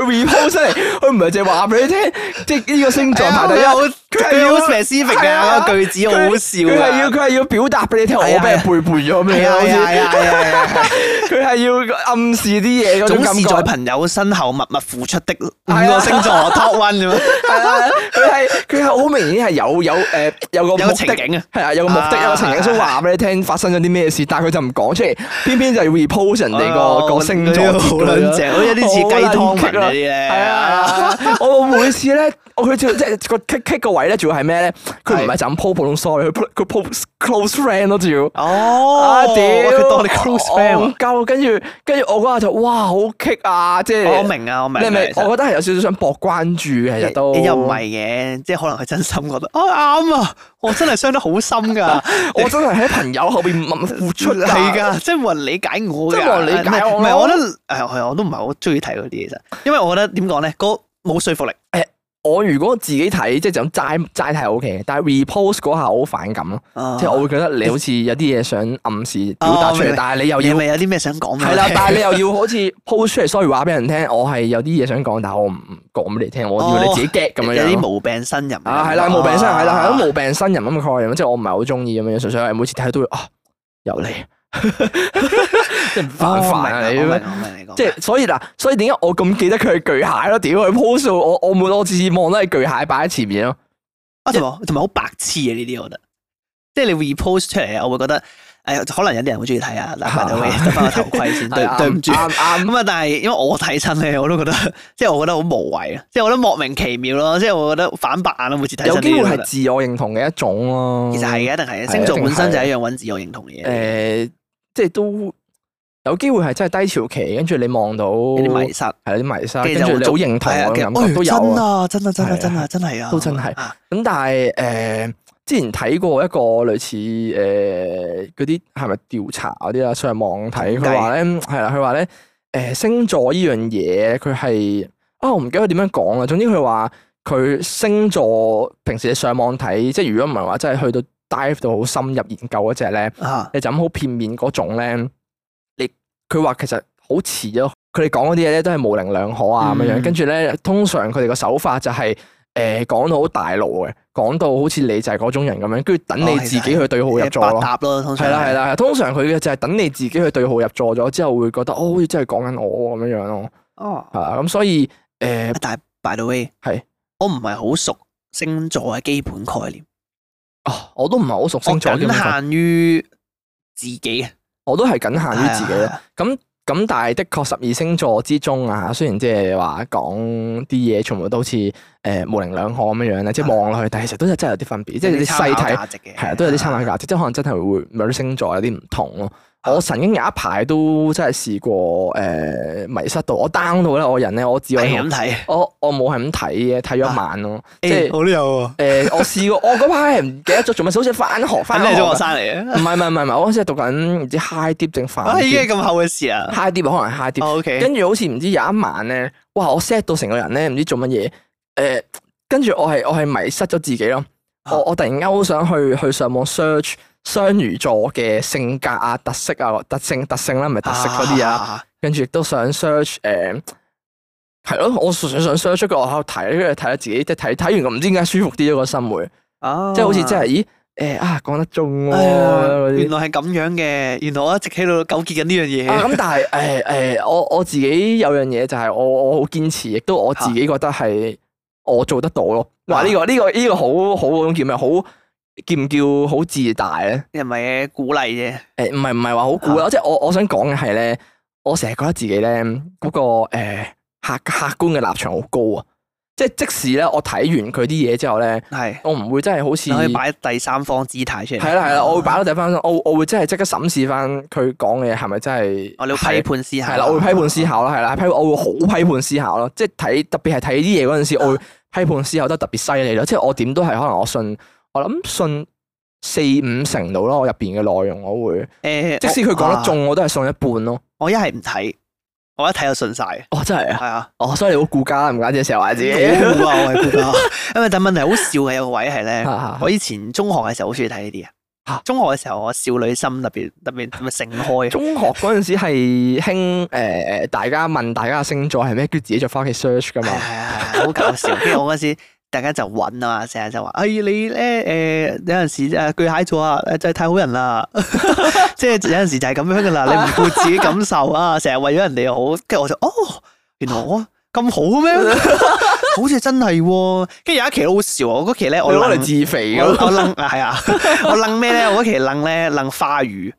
Speaker 3: repost 出嚟，佢唔係淨係話俾你聽，即係呢個星座排第一，
Speaker 2: 好佢好
Speaker 3: 佢
Speaker 2: specific
Speaker 3: 係啊
Speaker 2: 嘅個句子，啊好好笑
Speaker 3: 佢係要
Speaker 2: 啊！
Speaker 3: 佢係要表達俾你聽，我俾
Speaker 2: 係啊
Speaker 3: 人背叛咗咩啊？
Speaker 2: 係啊
Speaker 3: 好似
Speaker 2: 係啊係啊係啊係啊！
Speaker 3: 佢係要暗示啲嘢嗰種
Speaker 2: 總
Speaker 3: 感
Speaker 2: 是
Speaker 3: 覺
Speaker 2: 在。朋友身後默默付出的五個星座 top one 咁樣，
Speaker 3: 係啊，佢係佢係好明顯係有有誒有個
Speaker 2: 有
Speaker 3: 目
Speaker 2: 個
Speaker 3: 的
Speaker 2: 情景啊，
Speaker 3: 係啊，有個目的
Speaker 2: 啊
Speaker 3: 有個情景想話俾你聽發生咗啲咩事，但係佢就唔講出嚟，偏偏就要 repost 人哋個個星座
Speaker 2: 好撚正，好似有啲似雞湯文嗰啲咧。
Speaker 3: 係啊！我每次咧，我佢就即係個 kick kick 個位咧，仲要係咩咧？佢唔係就咁 po 普通 story，佢 po- 佢 po close friend 咯，仲要。
Speaker 2: 哦
Speaker 3: 啊，
Speaker 2: Oh,
Speaker 3: 屌！
Speaker 2: 佢當你 close friend
Speaker 3: 戇鳩跟住跟住我嗰下就哇好棘啊！即
Speaker 2: 喎。
Speaker 3: 係
Speaker 2: 我明啊，我明
Speaker 3: 你
Speaker 2: 啊。
Speaker 3: 係咪？
Speaker 2: 其實
Speaker 3: 我覺得係有少少想博關注嘅，其實都
Speaker 2: 你又唔係嘅，即係可能佢真心覺得 啊啱啊，我真係傷得好深㗎，
Speaker 3: 我真係喺朋友後邊默默付 出啊㗎
Speaker 2: 係，㗎，即係冇人理解我㗎，
Speaker 3: 真係冇人理解我
Speaker 2: 唔係，我覺得誒係，我都唔係好中意睇嗰啲嘢，其實，因為我覺得點講咧，嗰冇說服力。
Speaker 3: 我如果自己睇，即係就咁齋齋睇 O K 嘅，但係 repost 嗰下我好反感咯，
Speaker 2: 即
Speaker 3: 即係我會覺得你好似有啲嘢想暗示表達出
Speaker 2: 啊哦明
Speaker 3: 嚟，
Speaker 2: 白
Speaker 3: 但係你又
Speaker 2: 你
Speaker 3: 要
Speaker 2: 咪有啲咩想講俾 我
Speaker 3: 係啦，
Speaker 2: 聽
Speaker 3: 但係你又要好似 post 出嚟，所以話俾人聽，我係有啲嘢想講，但係我唔唔講俾你聽，我要你自己 get 咁樣
Speaker 2: 有
Speaker 3: 樣
Speaker 2: 啲
Speaker 3: 咯。
Speaker 2: 無病呻吟哦
Speaker 3: 啊，係啦，無病呻吟係啦，係咯，無病呻吟咁嘅概念，即係我唔係好中意咁樣，純粹係每次睇都會啊，又嚟，即係煩煩啊你咁樣。即
Speaker 2: 即係
Speaker 3: 係所以嗱，所以點解我咁記得佢係巨蟹咯？屌佢 post 到我我每我次次望都係巨蟹擺喺前面咯。
Speaker 2: 啊，同埋同埋好白痴啊！呢啲我覺得，即係你 repost 出嚟，我會覺得誒，可能有啲人會中意 睇啊，但係我會
Speaker 3: 啊
Speaker 2: 執翻個頭盔 先，對
Speaker 3: 係啊
Speaker 2: 對唔住。
Speaker 3: 啱 啱
Speaker 2: 咁啊，但係因為我睇親咧，我都覺得 即係我覺得好無謂啊，即係我覺得莫名其妙咯，即係我覺得反白眼咯，每次睇
Speaker 3: 有
Speaker 2: 親
Speaker 3: 機會
Speaker 2: 呢
Speaker 3: 係
Speaker 2: 啲。
Speaker 3: 自我認同嘅一種咯。
Speaker 2: 其實係嘅，一定係嘅星座
Speaker 3: 一定係
Speaker 2: 本身就係一啊樣揾自我認同嘅嘢嚟嘅，
Speaker 3: 誒，即係都有機會係真係低潮期，跟住你望到
Speaker 2: 有啲迷失。
Speaker 3: 係有啲迷失，
Speaker 2: 哦跟
Speaker 3: 跟
Speaker 2: 住
Speaker 3: 住
Speaker 2: 就
Speaker 3: 你好認同
Speaker 2: 係啊，
Speaker 3: 嘅
Speaker 2: 其
Speaker 3: 感
Speaker 2: 實哎
Speaker 3: 覺都有
Speaker 2: 真
Speaker 3: 啊。
Speaker 2: 啊，真啊，真
Speaker 3: 係
Speaker 2: 啊，
Speaker 3: 啊
Speaker 2: 真啊，真係啊，
Speaker 3: 都真係
Speaker 2: 啊
Speaker 3: 咁但係誒，之前睇過一個類似誒嗰啲係咪調查嗰啲啦，啊上網睇佢話咧嗯係啦，佢話咧誒星座呢樣嘢佢係啊，我唔記得佢點樣講啦。總之佢話佢星座平時你上網睇，即係如果唔係話真係去到 dive 到好深入研究嗰只咧，
Speaker 2: 啊，
Speaker 3: 你就咁好片面嗰種咧，你佢話其實好似咯，佢哋講嗰啲嘢咧都係模棱兩可啊咁樣樣，
Speaker 2: 嗯
Speaker 3: 跟住咧通常佢哋個手法就係、誒講到好大路嘅，講到好似你就係嗰種人咁樣，跟住等你
Speaker 2: 哦
Speaker 3: 自己去對號入座
Speaker 2: 百
Speaker 3: 咯。
Speaker 2: 搭咯，通常
Speaker 3: 係啦係啦，通常佢嘅就係等你自己去對號入座咗之後，會覺得哦，好似真係講緊我咁樣樣咯，
Speaker 2: 哦啊
Speaker 3: 係，啊，咁所以誒
Speaker 2: 但係 by the way
Speaker 3: 係
Speaker 2: 我唔係好熟星座嘅基本概念，
Speaker 3: 啊，我都唔係好熟星座
Speaker 2: 我
Speaker 3: 嘅，基本
Speaker 2: 哦僅
Speaker 3: 上
Speaker 2: 限於自己啊，
Speaker 3: 我都係僅限於自己
Speaker 2: 係
Speaker 3: 咯
Speaker 2: 啊。。
Speaker 3: 咁咁，但係的確十二星座之中啊，雖然即係話講啲嘢全部都好似誒模棱兩可咁樣樣咧，即
Speaker 2: 啊
Speaker 3: 係望落去，但係其實都真係有啲分別，即係你細睇係啊，都有啲參考價值，即係可能真係會有啲星座有啲唔同咯。
Speaker 2: 啊
Speaker 3: 我曾經有一排都真係試過誒、迷失到，我 down 到咧，我人咧，我自我
Speaker 2: 係啊
Speaker 3: 認同
Speaker 2: 咁啊睇，
Speaker 3: 我我冇係咁睇嘅，睇咗一晚咯，即係誒、
Speaker 2: 我都有啊，
Speaker 3: 我試過，我嗰排係唔記得咗做乜事，好似翻學啊翻
Speaker 2: 反正啊係中學
Speaker 3: 學，
Speaker 2: 生 嚟
Speaker 3: 唔係唔係唔係唔係，我嗰陣時係讀緊唔知 high dip 定
Speaker 2: 嘅，啊
Speaker 3: high
Speaker 2: 已經係咁厚嘅事啊哦
Speaker 3: high dip 可能 high dip，
Speaker 2: ，O K，
Speaker 3: 跟住好似唔知有一晚咧，哇！我 set 到成個人咧，唔知做乜嘢，誒、呃跟住我係我係迷失咗自己咯。
Speaker 2: 啊
Speaker 3: 我我突然間好想去去上網 search 雙魚座嘅性格啊、特色啊、特性特性啦，唔係特色嗰啲啊。
Speaker 2: 啊，
Speaker 3: 跟住亦都想 search 誒、係咯，我純粹想 search 出個我喺度睇，跟住睇下自己即係睇睇完，唔知點解舒服啲咗個心會，即係好似真係，咦誒啊講得中喎
Speaker 2: 啊哦哎呀
Speaker 3: 嗰啲
Speaker 2: 原。來係咁樣嘅，原來我一直喺度糾結緊呢樣 嘢。
Speaker 3: 啊咁但係誒誒，我我自己有樣嘢就係我我好堅持，亦都我自己覺得係我做得到咯。哇！呢個呢個呢個好好嗰種叫咩？好叫唔叫好自大咧？
Speaker 2: 又唔係嘅鼓勵啫，
Speaker 3: 誒唔係唔係話好估啦，即係我我想講嘅係咧，我成日覺得自己咧嗰、個、誒客客觀嘅立場好高啊！即係即使咧，我睇完佢啲嘢之後咧，
Speaker 2: 係
Speaker 3: 我唔會真係好似
Speaker 2: 你可以擺啊第三方姿態出嚟。
Speaker 3: 係啦係啦，我會擺到第翻，我我會真係即刻審視翻佢講嘅嘢係咪真係
Speaker 2: 我哋哦要批判思考。哦
Speaker 3: 係啦，我會批判思考啦，係啦，批我會好批判思考咯，即係睇特別係睇啲嘢嗰陣時，我會批判思考得特別犀利咯，即係我點都係可能我信，我諗信四五成度咯，我入邊嘅內容我會，
Speaker 2: 哦誒，
Speaker 3: 即使佢講得
Speaker 2: 我，
Speaker 3: 中，我都係信一半咯。
Speaker 2: 我一係唔睇，我一睇就信晒嘅。
Speaker 3: 哦，真係啊！
Speaker 2: 係啊，
Speaker 3: 哦，所以你好顧家，唔怪之成日話自己。
Speaker 2: 我估啊，我係估啊。 因為但問題好笑嘅有個位係咧。
Speaker 3: 嚇
Speaker 2: 我以前中學嘅時候好中意睇呢啲啊
Speaker 3: 啊嚇。
Speaker 2: 中學嘅時候，我少女心特別特別咪盛開，
Speaker 3: 中學嗰陣時係興誒誒，大家問大家嘅星座係咩，跟住自己就翻屋企 search 噶
Speaker 2: 係
Speaker 3: 嘛。
Speaker 2: 係係好搞笑。跟住我嗰時，大家就揾啊嘛，成日就話：，哎，你咧誒有陣時誒巨蟹座啊，誒真係太好人啦， 即係有陣時就係咁樣 噶啦，你唔顧自己感受啊，成日為咗人哋好。跟住我就哦，原來我咁好咩？ 好似真係喎。跟住有一期好好笑啊，我嗰期 咧
Speaker 3: 我
Speaker 2: 我
Speaker 3: 攞嚟
Speaker 2: 諗
Speaker 3: 自肥
Speaker 2: 我
Speaker 3: 咁。
Speaker 2: 我楞啊係啊， 我楞咩咧？我嗰期楞咧楞花語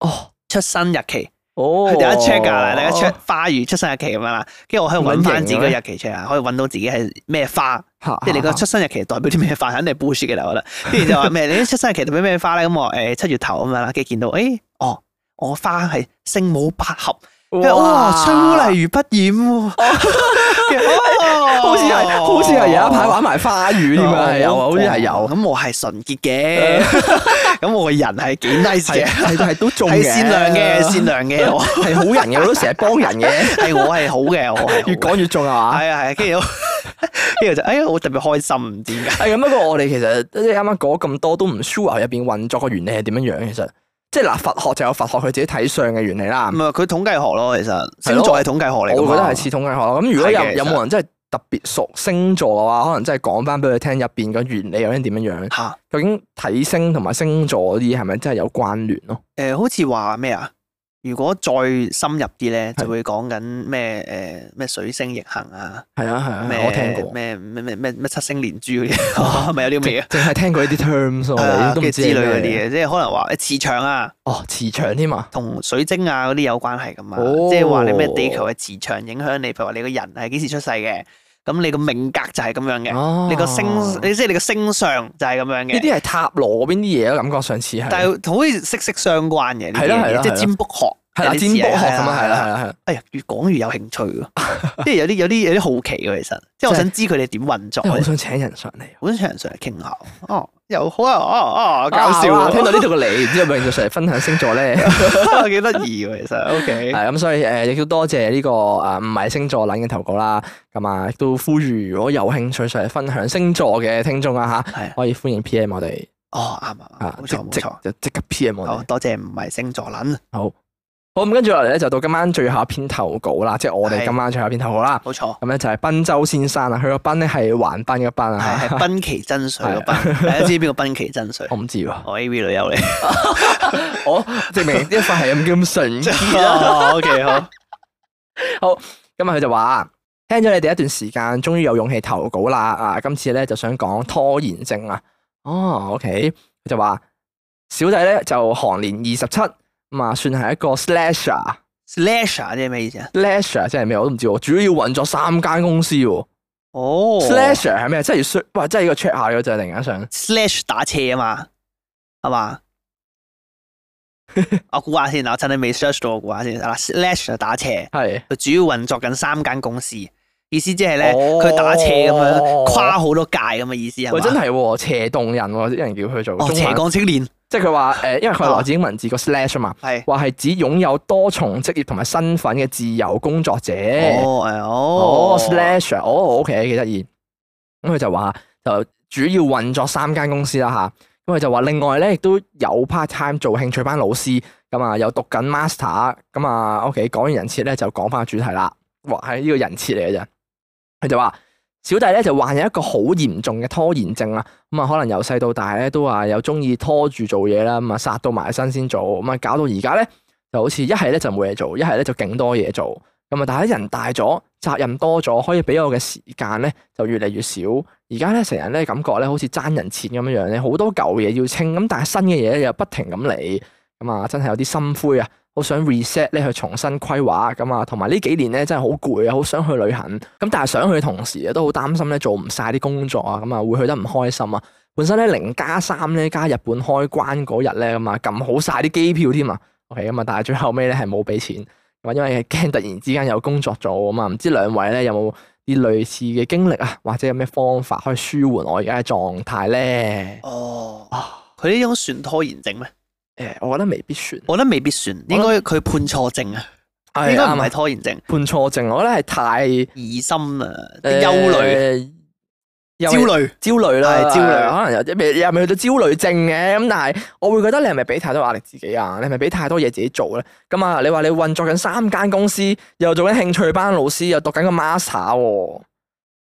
Speaker 3: 哦
Speaker 2: 出生日期。
Speaker 3: 哦
Speaker 2: 佢大家 check 㗎，大家 check 花語出生日期咁樣啦，跟住我喺度揾翻自己個日期出嚟啊，可以揾到自己係咩花，
Speaker 3: 嚇
Speaker 2: 即係你個出生日期代表啲咩花，肯定係 bullshit 嘅啦， 我覺得。跟住就話咩？你啲出生日期代表咩花咧？咁我誒七月頭咁樣啦，跟住見到誒，哦，我花係聖母百合，跟住哇，春污泥如不染喎，跟住 哦
Speaker 3: 哦 好似係好似係有一排玩埋花語添啊，係有啊，好似係有。
Speaker 2: 咁我係純 潔嘅，咁我個人係幾 nice
Speaker 3: 係
Speaker 2: 嘅，
Speaker 3: 係係都中
Speaker 2: 係
Speaker 3: 嘅，
Speaker 2: 善良嘅，善 良嘅，我
Speaker 3: 係好人嘅，我都成日幫人 嘅，
Speaker 2: 係我係好嘅，我係 好
Speaker 3: 越
Speaker 2: 嘅
Speaker 3: 講越中啊嘛。
Speaker 2: 係啊係啊，跟住我 跟住就哎呀，我特別開心，唔知點解。
Speaker 3: 係咁，不過我哋其實即係啱啱講咁多，都唔 sure 入邊運作嘅原理係點樣樣。其實即係嗱，佛學就有佛學佢自己睇相嘅原理啦
Speaker 2: 唔。係佢統計學咯，其實
Speaker 3: 嗯係咯
Speaker 2: 星座係統計學嚟
Speaker 3: 我
Speaker 2: 㗎嘛。
Speaker 3: 會覺得係似統計學咯。咁如果有
Speaker 2: 係嘅其實
Speaker 3: 有冇人真係特別熟星座嘅話，可能真係講翻俾佢聽入邊嘅原理究竟點樣樣。
Speaker 2: 嚇
Speaker 3: 究竟睇星同埋星座嗰啲係咪真係有關聯咯？
Speaker 2: 誒，好似話咩啊？如果再深入啲咧，
Speaker 3: 係
Speaker 2: 就會講緊咩誒咩水星逆行啊，
Speaker 3: 係啊係啊
Speaker 2: 咩
Speaker 3: 我聽過，
Speaker 2: 咩咩咩咩咩七星連珠 嗰啲， 係咪有啲咩啊？
Speaker 3: 淨係聽過呢哦啲 terms 咯我
Speaker 2: 係啊
Speaker 3: 哋，都
Speaker 2: 跟住
Speaker 3: 唔
Speaker 2: 之
Speaker 3: 知
Speaker 2: 類
Speaker 3: 係咩
Speaker 2: 嗰啲嘢，即係可能話誒磁場啊，
Speaker 3: 哦，磁場添啊！
Speaker 2: 同水晶啊嗰啲有關係㗎嘛。
Speaker 3: 哦
Speaker 2: 即係話你咩地球嘅磁場影響你，譬如話你個人係幾時出世嘅，咁你個命格就係咁樣嘅。
Speaker 3: 哦，
Speaker 2: 你個星，
Speaker 3: 呢
Speaker 2: 你即係你個星相就係咁樣嘅，
Speaker 3: 啲係塔羅嗰邊啲嘢咯，感覺上似係。
Speaker 2: 但係好似息息相關嘅，呢啲
Speaker 3: 係啦
Speaker 2: 嘢
Speaker 3: 係啦
Speaker 2: 即係
Speaker 3: 係啦
Speaker 2: 占卜學，
Speaker 3: 係啦，占
Speaker 2: 有啲
Speaker 3: 卜
Speaker 2: 似
Speaker 3: 學咁啊，係啦係。啦係啦，
Speaker 2: 哎呀，越講越有興趣 喎，即係有啲有啲有啲好奇嘅，其實，即係
Speaker 3: 即
Speaker 2: 我
Speaker 3: 係
Speaker 2: 想知佢哋點運作
Speaker 3: 即係。好想請人上嚟。
Speaker 2: 好想人上嚟傾下，哦，又好啊，哦哦，搞笑
Speaker 3: 啊！
Speaker 2: 啊，
Speaker 3: 聽到呢度嘅你，然之後永遠上嚟分享星座咧，係
Speaker 2: 到幾得意喎，其實，OK，
Speaker 3: 咁，所以誒亦都多謝呢個誒唔係星座撚嘅投稿啦。咁啊，亦都呼籲如果有興趣上嚟分享星座嘅聽眾啊
Speaker 2: 係
Speaker 3: 吓，可以歡迎 P M 我哋
Speaker 2: 哦，啱啊，
Speaker 3: 啊，
Speaker 2: 冇
Speaker 3: 即
Speaker 2: 錯冇
Speaker 3: 即
Speaker 2: 錯，
Speaker 3: 就即刻 P M 我
Speaker 2: 好
Speaker 3: 哋。
Speaker 2: 多謝唔係星座撚，
Speaker 3: 好咁，跟住落嚟咧就到今晚最後一篇投稿啦，即係我哋
Speaker 2: 係
Speaker 3: 今晚最後一篇投稿啦。
Speaker 2: 冇錯，
Speaker 3: 咁咧就係賓州先生啊，佢個賓咧係橫濱嘅賓
Speaker 2: 係係
Speaker 3: 啊，
Speaker 2: 濱崎真水個 濱，大家知邊個濱崎真水？
Speaker 3: 我唔知喎，
Speaker 2: 我 A V 女優嚟。
Speaker 3: 我證明呢一塊係咁咁純潔
Speaker 2: 哦，OK，好，
Speaker 3: 咁啊，佢就話聽咗你哋一段時間，終於有勇氣投稿啦！啊，今次咧就想講拖延症啊。哦，OK，佢就話小弟咧就行年二十七，咁啊算係一個 slasher。
Speaker 2: slasher 即係咩意思啊？
Speaker 3: slasher 即係咩？我都唔知喎。主要運作三間公司喎。
Speaker 2: 哦
Speaker 3: slasher 係咩？即係要 search，哇！真係要 check 下嘅，就係突然間想。
Speaker 2: slash 打斜啊嘛，係嘛？我估下先，我趁你未 search 到，我估下先。嗱，slash 就打斜，
Speaker 3: 係
Speaker 2: 佢主要運作緊三間公司，意思即係咧，
Speaker 3: 哦
Speaker 2: 佢打斜咁樣跨好多界咁嘅意思係
Speaker 3: 喂，
Speaker 2: 嘛？
Speaker 3: 真係喎，斜動人喎，啲人叫佢做
Speaker 2: 哦，
Speaker 3: 中
Speaker 2: 斜
Speaker 3: 文，
Speaker 2: 槓青年
Speaker 3: 即係佢話誒，因為佢係來自英文字個 slash 啊嘛，
Speaker 2: 係。
Speaker 3: 話係指擁有多重職業同埋身份嘅自由工作者。
Speaker 2: 哦，誒，哦
Speaker 3: 哦，slash 哦，OK，幾得意。咁佢就話就主要運作三間公司啦吓。咁佢就話另外咧亦都有 part time 做興趣班老師，咁啊有讀緊 master，咁啊 OK 講完人設咧就講翻個主題啦。哇，係呢個人設嚟嘅啫。佢就話小弟咧就患有一個好嚴重嘅拖延症啦。咁啊可能由細到大咧都話有中意拖住做嘢啦，咁啊殺到埋身先做，咁啊搞到而家咧就好似一係咧就冇嘢做，一係咧就勁多嘢做。咁啊，但係人大咗，責任多咗，可以俾我嘅時間咧就越嚟越少。而家咧成日咧感覺咧好似爭人錢咁樣樣咧，好多舊嘢要清，咁但係新嘅嘢又不停咁嚟，咁啊真係有啲心灰啊，好想 reset 咧去重新規劃咁啊，同埋呢幾年咧真係好攰啊，好想去旅行，咁但係想去嘅同時啊都好擔心咧做唔晒啲工作啊，咁啊會去得唔開心啊。本身咧零加三咧加日本開關嗰日咧咁啊撳好晒啲機票添啊，OK 咁啊，但係最後尾咧係冇俾錢。咁啊因為驚突然之間有工作做啊嘛，唔知兩位咧有冇啲類似嘅經歷啊，或者有咩方法可以舒緩我而家嘅狀態咧？
Speaker 2: 哦，
Speaker 3: 啊，
Speaker 2: 佢呢種算拖延症咩？
Speaker 3: 誒、我覺得未必算，
Speaker 2: 我覺得未必算，應該佢判錯症啊，應該唔係
Speaker 3: 啱啊
Speaker 2: 拖延症，
Speaker 3: 判錯症，我覺得係太
Speaker 2: 疑心啊，
Speaker 3: 誒
Speaker 2: 憂慮、
Speaker 3: 憂
Speaker 2: 焦慮。
Speaker 3: 焦慮啦，
Speaker 2: 係焦慮
Speaker 3: 可能有啲未又未去到焦慮症嘅，咁但係我會覺得你係咪俾太多壓力自己啊？你係咪俾太多嘢自己做咧？咁啊，你話你運作緊三間公司，又做緊興趣班老師，又讀緊個 master 喎、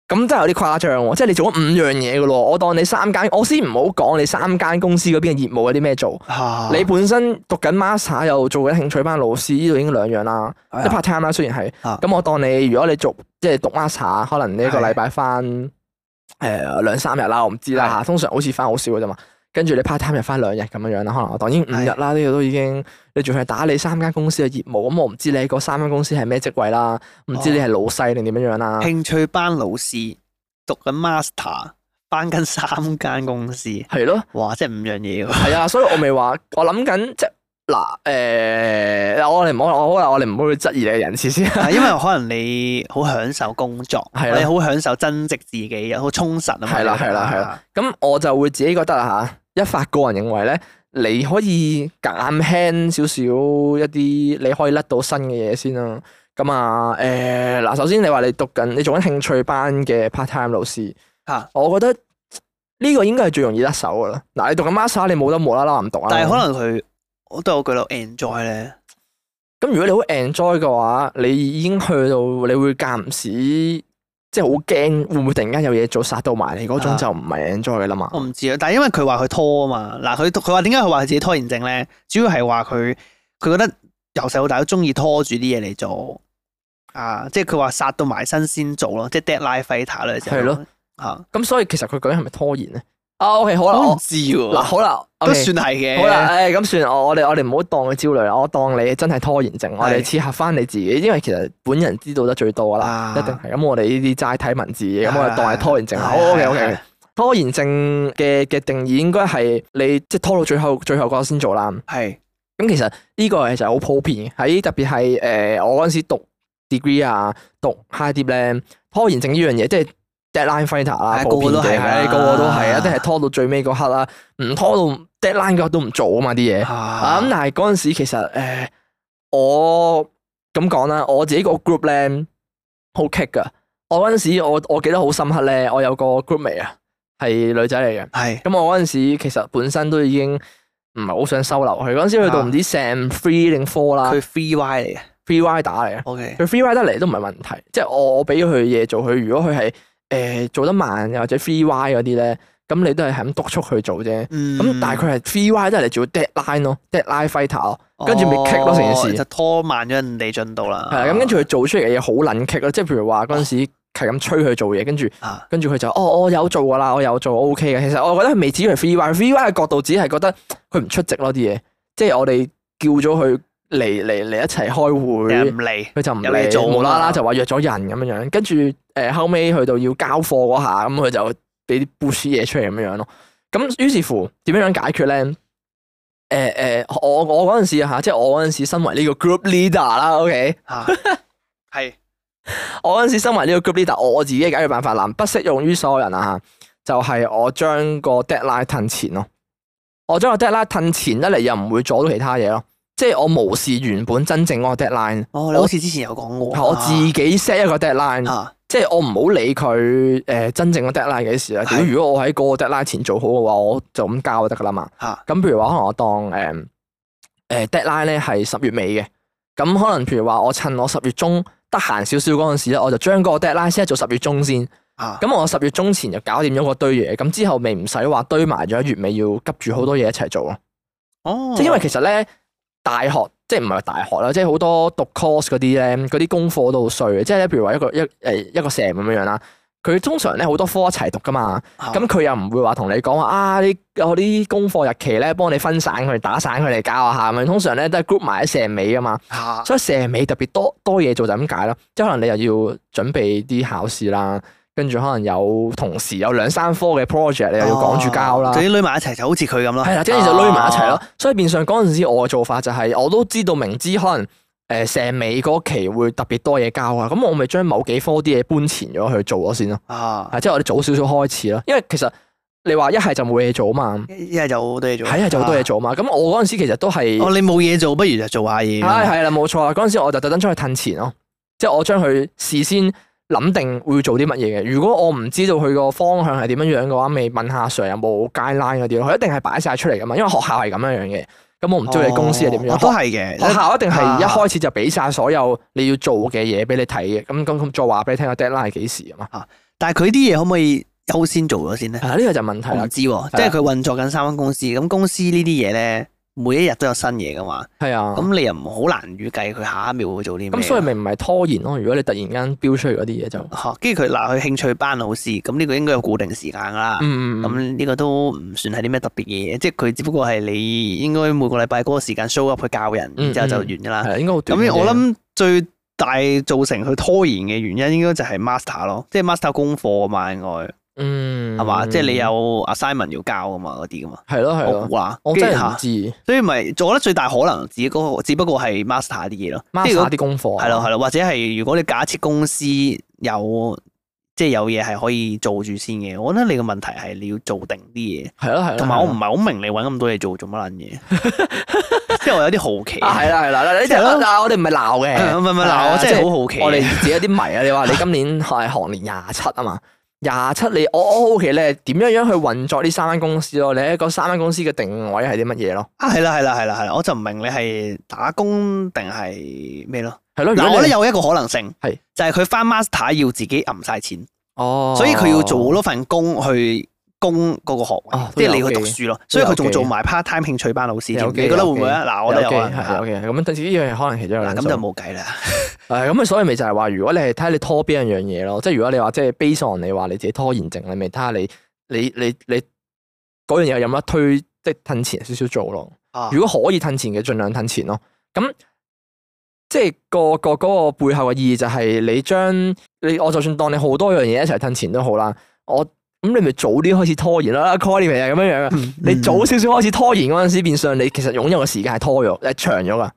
Speaker 3: 咁真係有啲誇張喎！即係你做咗五樣嘢嘅咯，我當你三間，我先唔好講你三間公司嗰邊嘅業務有啲咩做，
Speaker 2: 啊
Speaker 3: 你本身讀緊 master 又做緊興趣班老師，呢度已經兩樣啦。
Speaker 2: 係啊
Speaker 3: 即係 part time 啦，雖然係，
Speaker 2: 啊
Speaker 3: 咁我當你如果你做即係讀 master，可能你一個
Speaker 2: 係
Speaker 3: 禮拜翻誒兩三日啦，我唔知啦
Speaker 2: 係
Speaker 3: 嚇，通常好似翻好少嘅啫嘛。跟住你 part time 日翻兩日咁樣樣啦，可能我當已經五
Speaker 2: 係
Speaker 3: 日啦，呢個都已經你仲係打理三間公司嘅業務，咁我唔知你喺嗰三間公司係咩職位啦，唔知你
Speaker 2: 哦
Speaker 3: 係老細定點樣樣啦。
Speaker 2: 興趣班老師讀緊 master，翻緊三間公司，
Speaker 3: 係咯，
Speaker 2: 哇！即係五樣嘢喎。
Speaker 3: 係啊，所以我咪話，我諗緊即係嗱誒，我哋唔好我好我哋唔好去質疑你嘅人設先。
Speaker 2: 啊因為可能你好享受工作，
Speaker 3: 係
Speaker 2: 或
Speaker 3: 啦
Speaker 2: 者好享受增值自己，好充實啊嘛。
Speaker 3: 係啦係啦係啦咁我就會自己覺得啊嚇，一發個人認為咧，你可以減輕少少一啲，你可以甩到新嘅嘢先啦。咁啊，誒、嗱，首先你話你讀緊，你做緊興趣班嘅 part time 老師，
Speaker 2: 嚇
Speaker 3: 我覺得呢個應該係最容易甩手噶啦。嗱，你讀緊 master，你冇得無啦啦唔讀啊。
Speaker 2: 但係可能佢，我都有句咯，enjoy 咧，
Speaker 3: 咁如果你好 enjoy 嘅話，你已經去到你會間唔時，即係好驚會唔會突然間有嘢做殺到埋你嗰種
Speaker 2: 啊
Speaker 3: 就唔係 enjoy 嘅啦嘛。
Speaker 2: 我唔知啊。但係因為佢話佢拖啊嘛，嗱佢佢話點解佢話佢自己拖延症咧？主要係話佢佢覺得由細到大都中意拖住啲嘢嚟做啊，即係佢話殺到埋身先做咯，即係 deadline fighter 咧就
Speaker 3: 係咯
Speaker 2: 嚇，
Speaker 3: 咁所以其實佢究竟係咪拖延咧？啊，OK，好啦，
Speaker 2: 啊我
Speaker 3: 我
Speaker 2: 唔知
Speaker 3: 嗱，
Speaker 2: 喎，
Speaker 3: 好啦，
Speaker 2: 哦都
Speaker 3: OK，
Speaker 2: 算係
Speaker 3: 好啦，哎
Speaker 2: 嘅。
Speaker 3: 誒，咁算，我我哋我哋唔好當佢焦慮啦，我當你真係拖延症，我哋
Speaker 2: 係
Speaker 3: 切合翻你自己，因為其實本人知道得最多啦，
Speaker 2: 啊
Speaker 3: 一定係咁。我哋呢啲齋睇文字嘅，咁我哋當係拖延症啦。好
Speaker 2: 係係
Speaker 3: ，OK，OK。
Speaker 2: 係
Speaker 3: OK，OK 拖延症嘅嘅定義應該係你即係拖到最後最後嗰個先做啦。
Speaker 2: 係
Speaker 3: 咁其實呢個其實好普遍嘅，喺特別係誒、呃我嗰陣時讀 degree 啊，讀 high dip 咧，拖延症呢樣嘢即係 deadline fighter 啦，
Speaker 2: 係
Speaker 3: 普遍
Speaker 2: 個個都係
Speaker 3: 嘅
Speaker 2: 啦
Speaker 3: 係個個都係啊，即係拖到最尾嗰刻啦，唔拖到 deadline 嗰刻都唔做啊嘛啲嘢。啊咁、
Speaker 2: 啊
Speaker 3: 但係嗰陣時其實誒、呃我咁講啦，我自己個 group 咧好棘噶。我嗰陣時我我記得好深刻咧，我有個 groupmate 啊，係女仔嚟嘅。
Speaker 2: 係
Speaker 3: 咁我嗰陣時其實本身都已經唔係好想收留佢，嗰陣時去到唔知 Sam three 定 four 啦
Speaker 2: 啊佢 free y 嚟嘅
Speaker 3: ，free ride 打嚟嘅，啊
Speaker 2: ，OK
Speaker 3: 佢 free ride 得嚟都唔係問題，即係我我俾佢嘢做，佢如果佢係誒做得慢又啊或者 free ride 嗰啲咧，咁你都係係咁督促佢做啫。
Speaker 2: 嗯。
Speaker 3: 咁、但係佢係 free ride 得嚟做 deadline 咯，deadline fighter 咯，跟住咪 kick 咯成件
Speaker 2: 哦
Speaker 3: 事
Speaker 2: 就拖慢咗人哋進度啦。
Speaker 3: 係啦。啊咁跟住佢做出嚟嘅嘢好撚 kick 咯，即係譬如話嗰陣時係咁催佢做嘢，跟住。
Speaker 2: 啊，
Speaker 3: 跟住佢就哦，我有做噶啦，我有做 O K 嘅。其實我覺得佢未至於係 free ride，free ride 嘅角度只係覺得佢唔出席咯啲嘢，即係我哋叫咗佢嚟嚟嚟一齊開
Speaker 2: 人
Speaker 3: 會
Speaker 2: 唔，嚟，
Speaker 3: 佢就唔
Speaker 2: 有嘢做啊
Speaker 3: 嚟，
Speaker 2: 嘛
Speaker 3: 無啦啦就話約咗人咁樣樣。跟住誒後尾去到要交貨嗰下，咁佢就俾啲 push 嘢出嚟咁樣樣咯。咁於是乎點樣樣解決咧？誒、誒、我我嗰陣時嚇，即係我嗰陣時身為呢個 group leader 啦，OK，
Speaker 2: 吓，啊係
Speaker 3: 我嗰陣時身為呢個 group leader，我我自己嘅解決辦法嗱，不適用於所有人啊嚇，就係、我將個 deadline 褪前咯。我將個 deadline 褪前一嚟又唔會阻到其他嘢咯，即係我無視原本真正嗰個 deadline，
Speaker 2: 哦，你好似之前有講過啊，
Speaker 3: 我自己 set 一個 deadline，、
Speaker 2: 啊
Speaker 3: 即係我唔好理佢誒、呃真正個 deadline 幾時啦。
Speaker 2: 係
Speaker 3: 如果我喺嗰個 deadline 前做好嘅話，我就咁交就得噶啦嘛。
Speaker 2: 吓
Speaker 3: 咁譬如話，可能我當誒誒、呃 deadline 咧係十月尾嘅，咁可能譬如話，我趁我十月中得閒少少嗰陣時咧，我就將嗰個 deadline set 做十月中先。
Speaker 2: 啊，
Speaker 3: 咁我十月中前就搞掂咗個堆嘢，咁之後咪唔使話堆埋咗月尾要急住好多嘢一齊做咯。
Speaker 2: 哦，
Speaker 3: 即係因為其實咧，大學即係唔係大學啦，即係好多讀 course 嗰啲咧，嗰啲功課都好衰嘅。即係咧，譬如話一個一誒一個 sem 咁樣樣啦，佢通常咧好多科一齊讀噶嘛，咁佢又唔會話同你講話啊，你我啲功課日期咧幫你分散佢，打散佢嚟教下咁樣。通常咧都係 group 埋喺 sem 尾噶嘛，
Speaker 2: 嚇
Speaker 3: 所以 sem 尾特別多多嘢做就係咁解啦。即係可能你又要準備啲考試啦，跟住可能有同時有兩三科嘅 project 你又要趕
Speaker 2: 哦
Speaker 3: 住交啦。
Speaker 2: 就啲攏埋一齊就好似佢咁咯。
Speaker 3: 係啦，跟住就攏埋一齊咯
Speaker 2: 啊。。
Speaker 3: 所以變相嗰陣時，我嘅做法就係、我都知道明知可能誒石尾嗰期會特別多嘢交啊，咁我咪將某幾科啲嘢搬前咗去做咗先咯。
Speaker 2: 啊，
Speaker 3: 係，即係我哋早少少開始咯，因為其實你話一係就冇嘢做嘛，
Speaker 2: 一係就好多嘢做，
Speaker 3: 係啊一係就好多嘢做嘛。咁我嗰陣時其實都係
Speaker 2: 啊。哦，你冇嘢做，不如就做下嘢。
Speaker 3: 係係啦，冇錯啦。啊嗰陣時我就特登將佢褪前咯，即係我將佢事先諗定會做啲乜嘢嘅。如果我唔知道佢個方向係點樣樣嘅話，咪問下 Sir 有冇 guideline 嗰啲咯。佢一定係擺晒出嚟噶嘛，因為學校係咁樣樣嘅。咁我唔知道你公司係點樣。
Speaker 2: 哦都係嘅。
Speaker 3: 學校一定係一
Speaker 2: 啊
Speaker 3: 開始就俾晒所有你要做嘅嘢俾你睇嘅，咁咁咁再話俾你聽個 deadline 係幾時啊嘛？
Speaker 2: 但係佢啲嘢可唔可以優先做咗先咧
Speaker 3: 係？啦，呢個就問題
Speaker 2: 我
Speaker 3: 啦
Speaker 2: 唔，知喎，即係佢運作緊三間公司，咁公司呢啲嘢咧，每一日都有新嘢噶嘛，
Speaker 3: 係啊，咁
Speaker 2: 咁你又唔好難預計佢下一秒會做啲咩。
Speaker 3: 咁所以咪唔係拖延咯。如果你突然間標出嚟嗰啲嘢就，
Speaker 2: 嚇啊跟住佢嗱，佢興趣班老師，咁呢個應該有固定時間㗎啦。
Speaker 3: 嗯嗯嗯
Speaker 2: 咁呢個都唔算係啲咩特別嘅嘢，即係佢只不過係你應該每個禮拜嗰個時間 show up 去教人，
Speaker 3: 嗯
Speaker 2: 然之後就
Speaker 3: 嗯
Speaker 2: 完㗎啦。
Speaker 3: 係啊應該好短嘅
Speaker 2: 咁我諗最大造成佢拖延嘅原因應該就係 master 咯，即係 master 功課啊嘛，應該
Speaker 3: 嗯
Speaker 2: 係嘛？即係你有 assignment 要交啊嘛，嗰啲噶嘛，
Speaker 3: 係咯係
Speaker 2: 我
Speaker 3: 咯，
Speaker 2: 估啦。
Speaker 3: 我
Speaker 2: 跟
Speaker 3: 真
Speaker 2: 住
Speaker 3: 係唔
Speaker 2: 嚇
Speaker 3: 知
Speaker 2: 所以咪，我覺得最大可能只嗰個只不過係 master 啲嘢咯，即係
Speaker 3: master
Speaker 2: 嗰
Speaker 3: 啲功課啊
Speaker 2: 係咯係咯，或者係如果你假設公司有即係有嘢係可以做住先嘅，我覺得你個問題係你要做定啲嘢，
Speaker 3: 係咯係咯，
Speaker 2: 同埋我唔
Speaker 3: 係
Speaker 2: 係好明你揾咁多嘢做做乜撚嘢，即係我有啲好奇。
Speaker 3: 咯啊係啦係啦，嗱呢
Speaker 2: 即係咯
Speaker 3: 啲嗱 我哋唔係鬧嘅，
Speaker 2: 唔係唔係
Speaker 3: 係
Speaker 2: 嗱，
Speaker 3: 啊
Speaker 2: 我真係
Speaker 3: 即係
Speaker 2: 好好奇。
Speaker 3: 我哋自己有啲迷啊！你 話你今年係行年廿七啊嘛，廿七你我我好奇咧點樣樣去運作呢三間公司咯？你喺嗰三間公司嘅定位係啲乜嘢咯？
Speaker 2: 啊，係啦係啦係啦係啦，我就唔明你係打工定係咩咯？
Speaker 3: 係咯，如
Speaker 2: 嗱，
Speaker 3: 果
Speaker 2: 我覺得
Speaker 3: 你
Speaker 2: 有一個可能性
Speaker 3: 係
Speaker 2: 就係佢翻 master 要自己揞晒錢，
Speaker 3: 哦，
Speaker 2: 所以佢要做嗰份工去供嗰個學位
Speaker 3: 哦，都
Speaker 2: 即
Speaker 3: 有
Speaker 2: 係你去讀書咯。所以佢仲做埋 part time 興趣班老師添，
Speaker 3: 有嘅
Speaker 2: 你覺得會唔會啊？嗱，我覺
Speaker 3: 有
Speaker 2: 得有可能
Speaker 3: 嘅，有嘅，咁等呢樣嘢可能其中一樣
Speaker 2: 嗱咁就冇計啦。
Speaker 3: 係咁，啊所以咪就係話，如果你係睇下你拖邊一樣嘢咯，即係如果你話即係 base on 你話你自己拖延症，你咪睇下你你你你嗰樣嘢有冇得推，即係褪前少少做咯。
Speaker 2: 啊
Speaker 3: 如果可以褪錢嘅，盡量褪錢咯。咁即係個個嗰個背後嘅意義就係你將你我就算當你好多樣嘢一齊褪錢都好啦，我咁你咪早啲開始拖延啦 c a l l 你咪係咁樣樣啊。
Speaker 2: 嗯
Speaker 3: 你早少少開始拖延嗰陣時，變相你其實擁有嘅時間係拖咗，係長咗噶。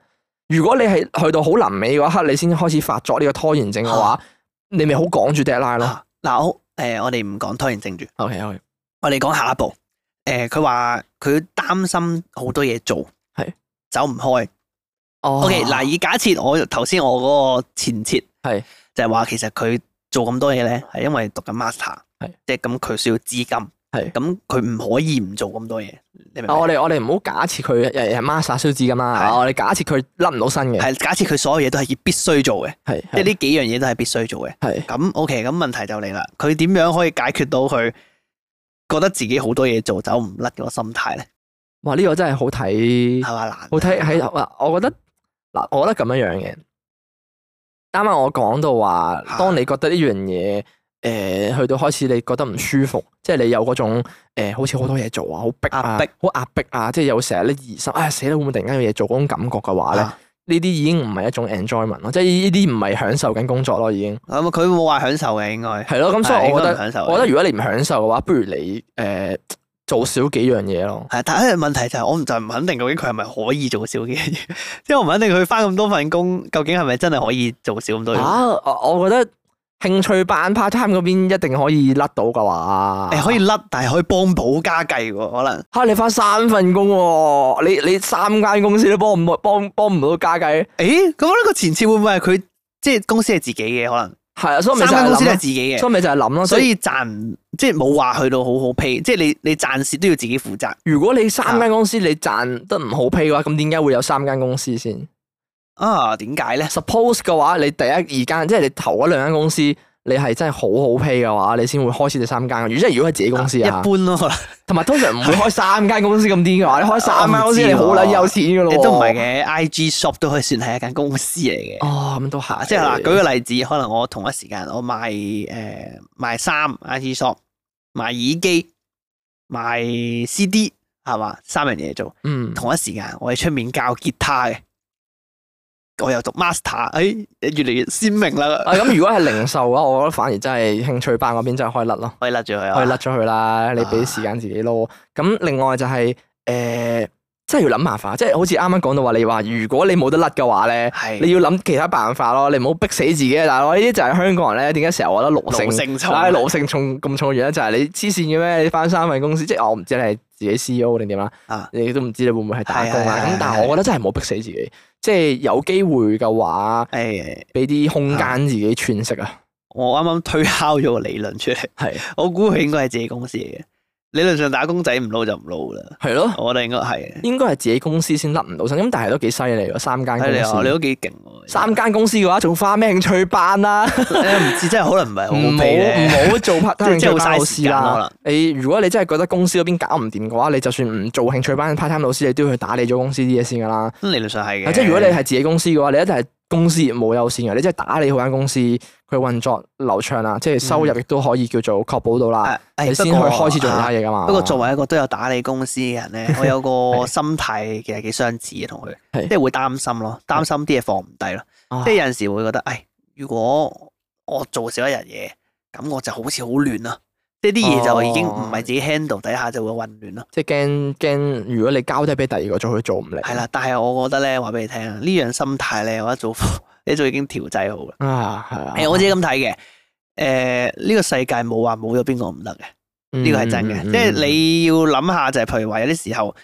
Speaker 3: 如果你係去到好臨尾嗰一刻，你先開始發作呢個拖延症嘅話，你咪好趕住 deadline 咯。
Speaker 2: 啊嗱好誒，我哋唔講拖延症住，
Speaker 3: OK OK，
Speaker 2: 我哋講下一步。誒，佢話佢擔心好多嘢做，
Speaker 3: 係
Speaker 2: 走唔開。
Speaker 3: 哦
Speaker 2: O.K. 嗱，以假設我頭先我嗰個前設
Speaker 3: 係
Speaker 2: 就係話，其實佢做咁多嘢咧，係因為讀緊 master，
Speaker 3: 係
Speaker 2: 即係咁佢需要資金，
Speaker 3: 係
Speaker 2: 咁佢唔可以唔做咁多嘢，你明
Speaker 3: 啊
Speaker 2: 唔
Speaker 3: 我
Speaker 2: 明？
Speaker 3: 哋我哋唔好假設佢日日 mask 殺燒紙咁啦，
Speaker 2: 係
Speaker 3: 啊我哋假設佢甩唔到身嘅，
Speaker 2: 係假設佢所有嘢都係必須做嘅，
Speaker 3: 係
Speaker 2: 即係呢幾樣嘢都係必須做嘅。
Speaker 3: 係
Speaker 2: 咁 O.K. 咁問題就嚟啦，佢點樣可以解決到佢覺得自己好多嘢做走唔甩嗰個心態咧？
Speaker 3: 哇！呢個真係好睇，
Speaker 2: 係嘛啊難？
Speaker 3: 好睇喺嗱，我覺得嗱，我覺得咁樣樣嘅。啱啱我講到話，當你覺得呢樣嘢誒去到開始，你覺得唔舒服，即係你有嗰種、呃、好似好多嘢做啊，好逼啊
Speaker 2: 壓迫，
Speaker 3: 好壓迫啊，即係有成日咧疑心，唉死啦，會唔會突然間有嘢做嗰種感覺嘅話咧，
Speaker 2: 啊
Speaker 3: 呢啲已經唔係一種 enjoyment 咯，即係呢啲唔係享受緊工作咯，已經
Speaker 2: 啊咁佢冇話享受嘅應該係
Speaker 3: 係咯。咁所以我覺
Speaker 2: 應該唔
Speaker 3: 得，
Speaker 2: 享受啊嘅，
Speaker 3: 我覺得如果你唔享受嘅話，不如你誒、呃做少幾樣嘢咯。
Speaker 2: 係，但係問題就係我唔就係唔肯定究竟佢係咪可以做少嘅嘢，即係我唔肯定佢翻咁多份工，究竟係咪真係可以做少咁多嘢？誒、
Speaker 3: 啊，我我覺得興趣班 part time 嗰邊一定可以甩到嘅話，
Speaker 2: 可以甩，但係可以幫補家計喎，可能
Speaker 3: 嚇你翻三份工喎，你你三間公司都幫唔幫幫唔到家計，
Speaker 2: 誒咁呢個前設會唔會係佢即係公司係自己嘅？可能
Speaker 3: 係啊，所以咪
Speaker 2: 三
Speaker 3: 就係
Speaker 2: 間公
Speaker 3: 諗
Speaker 2: 司都係
Speaker 3: 咯
Speaker 2: 自己嘅，
Speaker 3: 所以咪就係諗咯。
Speaker 2: 所
Speaker 3: 所以
Speaker 2: 以賺唔即係冇話去到好好 pay，即係你你賺蝕都要自己負責。
Speaker 3: 如果你三間公司你賺得唔好 pay 嘅話，咁點解會有三間公司先
Speaker 2: 啊，點解咧？
Speaker 3: ？Suppose 嘅話，你第一二間即係你頭嗰兩間公司，你係真係好好 pay 嘅話，你先會開始第三間。如果即係如果係自己公司
Speaker 2: 一
Speaker 3: 啊，
Speaker 2: 般咯，可能
Speaker 3: 同埋通常唔會開三間公司咁癲嘅話，你開三間公司你好撚有錢嘅咯。
Speaker 2: 都唔係。嘅，IG shop 都可以算係一間公司嚟嘅。
Speaker 3: 哦，咁都係，
Speaker 2: 啊即係嗱，舉個例子，可能我同一時間我賣誒、呃、賣衫 IT shop，賣耳機，賣 CD 係嘛，三樣嘢做。
Speaker 3: 嗯，
Speaker 2: 同一時間我喺出面教吉他嘅，我又讀 master，誒、哎、越嚟越鮮明啦，
Speaker 3: 啊咁如果係零售嘅話，我覺得反而真係興趣班嗰邊真係開甩咯，
Speaker 2: 可以甩咗佢
Speaker 3: 可以甩
Speaker 2: 啊！
Speaker 3: 咗佢啦，你俾時間自己咯。咁另外就係、呃真係要諗辦法，即係好似啱啱講到話，你話如果你冇得甩嘅話咧。你
Speaker 2: 係
Speaker 3: 要諗其他辦法咯，你唔好逼死自己啊！大佬，呢啲就係香港人咧，點解成日話得奴性
Speaker 2: 奴？性重，
Speaker 3: 唉，奴性重咁重嘅原因就係你黐線嘅咩？你翻三份公司，即係我哦唔知你係自己 CEO 定點啦
Speaker 2: 啊，
Speaker 3: 你都唔知你會唔會係打工
Speaker 2: 係
Speaker 3: 啦
Speaker 2: 係。係
Speaker 3: 咁但係我覺得真係唔好逼死自己，即係有機會嘅話，
Speaker 2: 誒，
Speaker 3: 俾啲空間自己喘息啊。
Speaker 2: 我啱啱推敲咗個理論出嚟，
Speaker 3: 係
Speaker 2: 我估佢應該係自己公司嚟嘅。理論上打工仔唔撈就唔撈啦，
Speaker 3: 係咯，
Speaker 2: 我覺得應該係嘅。
Speaker 3: 應該係自己公司先甩唔到身，咁但係都幾犀利喎，三間
Speaker 2: 睇你啊，
Speaker 3: 公
Speaker 2: 你
Speaker 3: 司。
Speaker 2: 都幾勁喎！
Speaker 3: 三間公司嘅話，仲花咩興趣班 啦、
Speaker 2: 誒唔知真係可能唔係好
Speaker 3: 唔好
Speaker 2: 好咧，
Speaker 3: 唔好做 part
Speaker 2: 即係
Speaker 3: time
Speaker 2: 即係
Speaker 3: 嘅
Speaker 2: 好
Speaker 3: 班
Speaker 2: 嘥
Speaker 3: 老
Speaker 2: 時
Speaker 3: 師
Speaker 2: 間可
Speaker 3: 啦
Speaker 2: 能。
Speaker 3: 你如果你真係覺得公司嗰邊搞唔掂嘅話，你就算唔做興趣班 part time 老師，你都要去打理咗公司啲嘢先噶啦。
Speaker 2: 咁理論上係
Speaker 3: 啊
Speaker 2: 嘅。
Speaker 3: 即係如果你係自己公司嘅話，你一定係公司業務優先嘅，你即係打理好間公司，佢運作流暢啦，即係收入亦都可以叫做確保到啦，
Speaker 2: 誒啊誒
Speaker 3: 你先去
Speaker 2: 不過
Speaker 3: 開始做其他
Speaker 2: 啊
Speaker 3: 嘢噶嘛。
Speaker 2: 不過作為一個都有打理公司嘅人 咧，我有個心態其實幾相似嘅，同佢
Speaker 3: 係
Speaker 2: 即係會擔心咯，擔心啲嘢放唔低咯。
Speaker 3: 啊
Speaker 2: 即係有陣時會覺得，誒，如果我做少一日嘢，咁我就好似好亂啦。即係啲嘢就已經唔係自己 handle 底下就會混亂咯。
Speaker 3: 即係驚驚，如果你交低俾第二個做，佢做唔嚟。
Speaker 2: 係啦，但係我覺得咧，話俾你聽啊，呢樣心態咧，我一 早一早已經調制好啦。
Speaker 3: 啊，係啊，
Speaker 2: 誒，我自己咁睇嘅。誒，呢個世界冇話冇咗邊個唔得嘅。呢個係真嘅，
Speaker 3: 嗯
Speaker 2: 即係你要諗下就係，譬如話有啲時候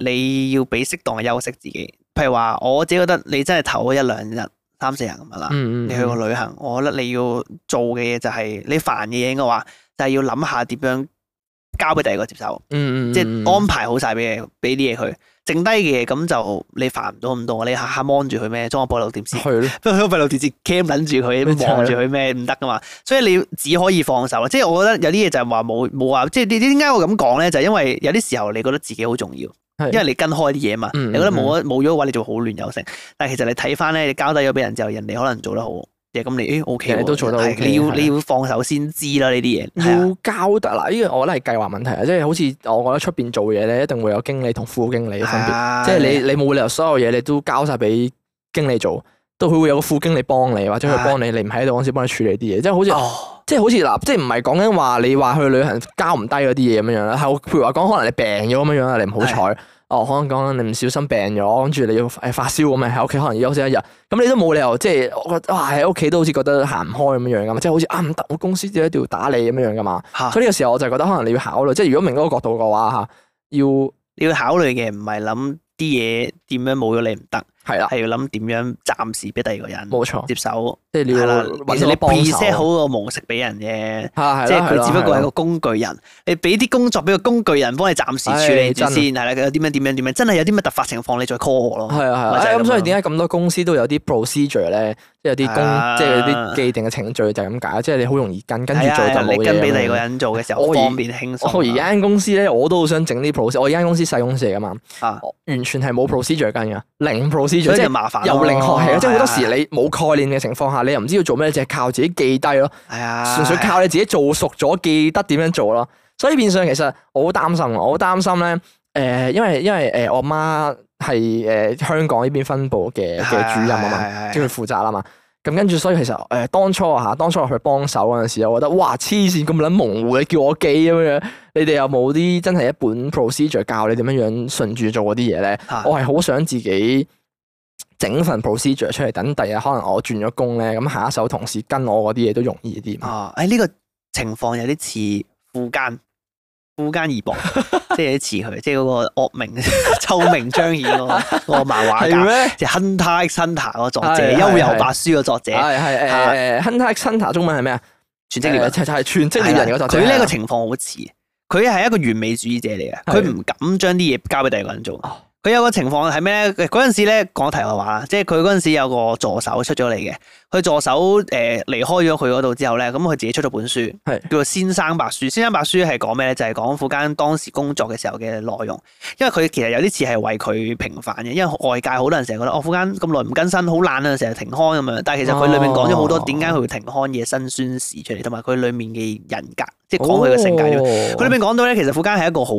Speaker 2: 你要俾適當嘅休息自己。譬如話我自己覺得你真係唞一兩日、三四日咁樣啦，
Speaker 3: 嗯嗯
Speaker 2: 你去過旅行，我覺得你要做嘅嘢就係你煩嘅嘢應該話，就係要諗下點樣交俾第二個接手，
Speaker 3: 嗯嗯，
Speaker 2: 即
Speaker 3: 嗯
Speaker 2: 係安排好晒俾嘢，俾啲嘢佢。剩低嘅嘢咁就你煩唔到咁多，你下下望住佢咩？裝個閉路電視
Speaker 3: 去咯。
Speaker 2: 不過閉路電視 cam 撚 住佢，
Speaker 3: 咪就係
Speaker 2: 望住佢咩唔得噶嘛，所以你要只可以放手啦。啊即係我覺得有啲嘢就係話冇冇話，即係你點解我咁講咧？就係因為有啲時候你覺得自己好重要，
Speaker 3: 係
Speaker 2: 因為你跟開啲嘢嘛，
Speaker 3: 嗯
Speaker 2: 你覺得冇咗冇咗嘅話，你就會好亂有成。但係其實你睇翻咧，你交低咗俾人之後，人哋可能做得好嘅，咁你誒 O K
Speaker 3: 人哋都做得 OK，
Speaker 2: 你要
Speaker 3: 係嗯
Speaker 2: 你要放手先知啦呢啲嘢。係啊
Speaker 3: 要交得嗱，呢個我覺得係計劃問題啊，即係好似我覺得出邊做嘢咧，一定會有經理同副經理嘅分別
Speaker 2: 係。啊
Speaker 3: 即係你你冇理由所有嘢你都交晒俾經理做，都佢會有個副經理幫你，或者佢幫你，你唔喺度嗰陣時幫你處理啲嘢，即係好似、
Speaker 2: 哦，
Speaker 3: 即係好似嗱，即係唔係講緊話你話去旅行交唔低嗰啲嘢咁樣樣啦，係我譬如話講可能你病咗咁樣樣啦，你唔好彩。哦，可能講緊你唔小心病咗，跟住你要誒發燒咁咪喺屋企可能要休息一日，咁你都冇理由即係我覺得哇喺屋企都好似覺得行唔開咁樣樣噶嘛，即係好似啊唔得，我公司一定要打你咁樣樣噶嘛，
Speaker 2: 嚇
Speaker 3: 所以呢個時候我就覺得可能你要考慮，即係如果明嗰個角度嘅話嚇，要
Speaker 2: 你要考慮嘅唔係諗啲嘢點樣冇咗你唔得，
Speaker 3: 係啦，
Speaker 2: 係要諗點樣暫時俾第二個人
Speaker 3: 冇錯，
Speaker 2: 接手。
Speaker 3: 即係你
Speaker 2: 係啦
Speaker 3: 要，
Speaker 2: 其
Speaker 3: 揾
Speaker 2: 實
Speaker 3: 你
Speaker 2: 你
Speaker 3: 幫手
Speaker 2: preset 好個模式俾人啫，
Speaker 3: 啊，
Speaker 2: 即係佢只不過係
Speaker 3: 個
Speaker 2: 個工具人。你俾啲工作俾個工具人幫你暫時處理住先，係啦，有啲咩點樣點樣，真係有啲咩突發情況你再 call 我咯。
Speaker 3: 係啊
Speaker 2: 或
Speaker 3: 係
Speaker 2: 者係
Speaker 3: 啊，
Speaker 2: 咁
Speaker 3: 咁所以
Speaker 2: 樣
Speaker 3: 點解咁多公司都有啲 procedure 咧，即係有啲
Speaker 2: 係啊
Speaker 3: 公，即係有啲既定嘅程序就係咁解，即係你好容易跟跟住
Speaker 2: 係
Speaker 3: 做
Speaker 2: 啊
Speaker 3: 就
Speaker 2: 係啊
Speaker 3: 冇
Speaker 2: 你
Speaker 3: 嘢
Speaker 2: 跟俾
Speaker 3: 咁
Speaker 2: 第二
Speaker 3: 樣
Speaker 2: 個人做嘅時候
Speaker 3: 我而
Speaker 2: 方便輕鬆。啊
Speaker 3: 我而家間公司咧，我都好想整啲 procedure。我而家間公司細公司嚟噶嘛，
Speaker 2: 啊
Speaker 3: 我完全係冇 procedure 跟噶，零
Speaker 2: 所
Speaker 3: procedure，
Speaker 2: 以
Speaker 3: 即
Speaker 2: 就
Speaker 3: 係
Speaker 2: 麻煩咯
Speaker 3: 由零學起嘅。即係好多時
Speaker 2: 係啊
Speaker 3: 你冇概念嘅情況下，你又唔知要做咩，就係靠自己記低咯，
Speaker 2: 係啊，
Speaker 3: 純粹靠你自己做熟咗，記得點樣做咯。所以變相其實我好擔心啊，我好擔心咧，誒、因為因為誒、我媽係誒香港呢邊分部嘅嘅主任啊嘛。
Speaker 2: 嘛
Speaker 3: 即係佢負責啦嘛。咁跟住，所以其實誒、呃、當初啊嚇，當初我去幫手嗰陣時，我覺得哇黐線咁撚模糊，你叫我記咁樣，你哋有冇啲真係一本 procedure 教你點樣樣順住做嗰啲嘢咧？
Speaker 2: 係啊
Speaker 3: 我係好想自己整份 procedure 出嚟，等第日可能我轉咗工咧，咁下一手同事跟我嗰啲嘢都容易啲嘛。
Speaker 2: 啊，誒呢個情況有啲似富奸，富 奸二博，即係有啲似佢，即係嗰個惡名 臭名彰顯嗰個嗰個漫畫家。
Speaker 3: 咩？
Speaker 2: 即係 Hunter x Hunter 個作者，
Speaker 3: 係係
Speaker 2: 幽遊白書個作者，
Speaker 3: 係係誒誒，hunter x hunter 中文係咩啊？
Speaker 2: 全職獵人。
Speaker 3: 就係全職獵人嗰集。
Speaker 2: 佢呢個情況好似，佢係一個完美主義者嚟嘅，
Speaker 3: 係
Speaker 2: 佢唔敢將啲嘢交俾第二個人做
Speaker 3: 哦，
Speaker 2: 佢有個情況係咩咧？嗰陣時咧講題外話啦，即係佢嗰陣時有個助手出咗嚟嘅，佢助手誒、呃、離開咗佢嗰度之後咧，咁佢自己出咗本書，
Speaker 3: 係
Speaker 2: 叫做《先生白書》。《先生白書》係講咩咧？就係、講富堅當時工作嘅時候嘅內容，因為佢其實有啲似係為佢平反嘅，因為外界好多人成日覺得哦，富堅咁耐唔更新，好懶啊，成日停刊咁樣。但係其實佢裏面講咗好多
Speaker 3: 哦
Speaker 2: 點解佢會停刊嘅辛酸事出嚟，同埋佢裏面嘅人格，
Speaker 3: 哦
Speaker 2: 即係講佢嘅性格點樣佢裏
Speaker 3: 佢
Speaker 2: 面講到咧，其實富堅係一個好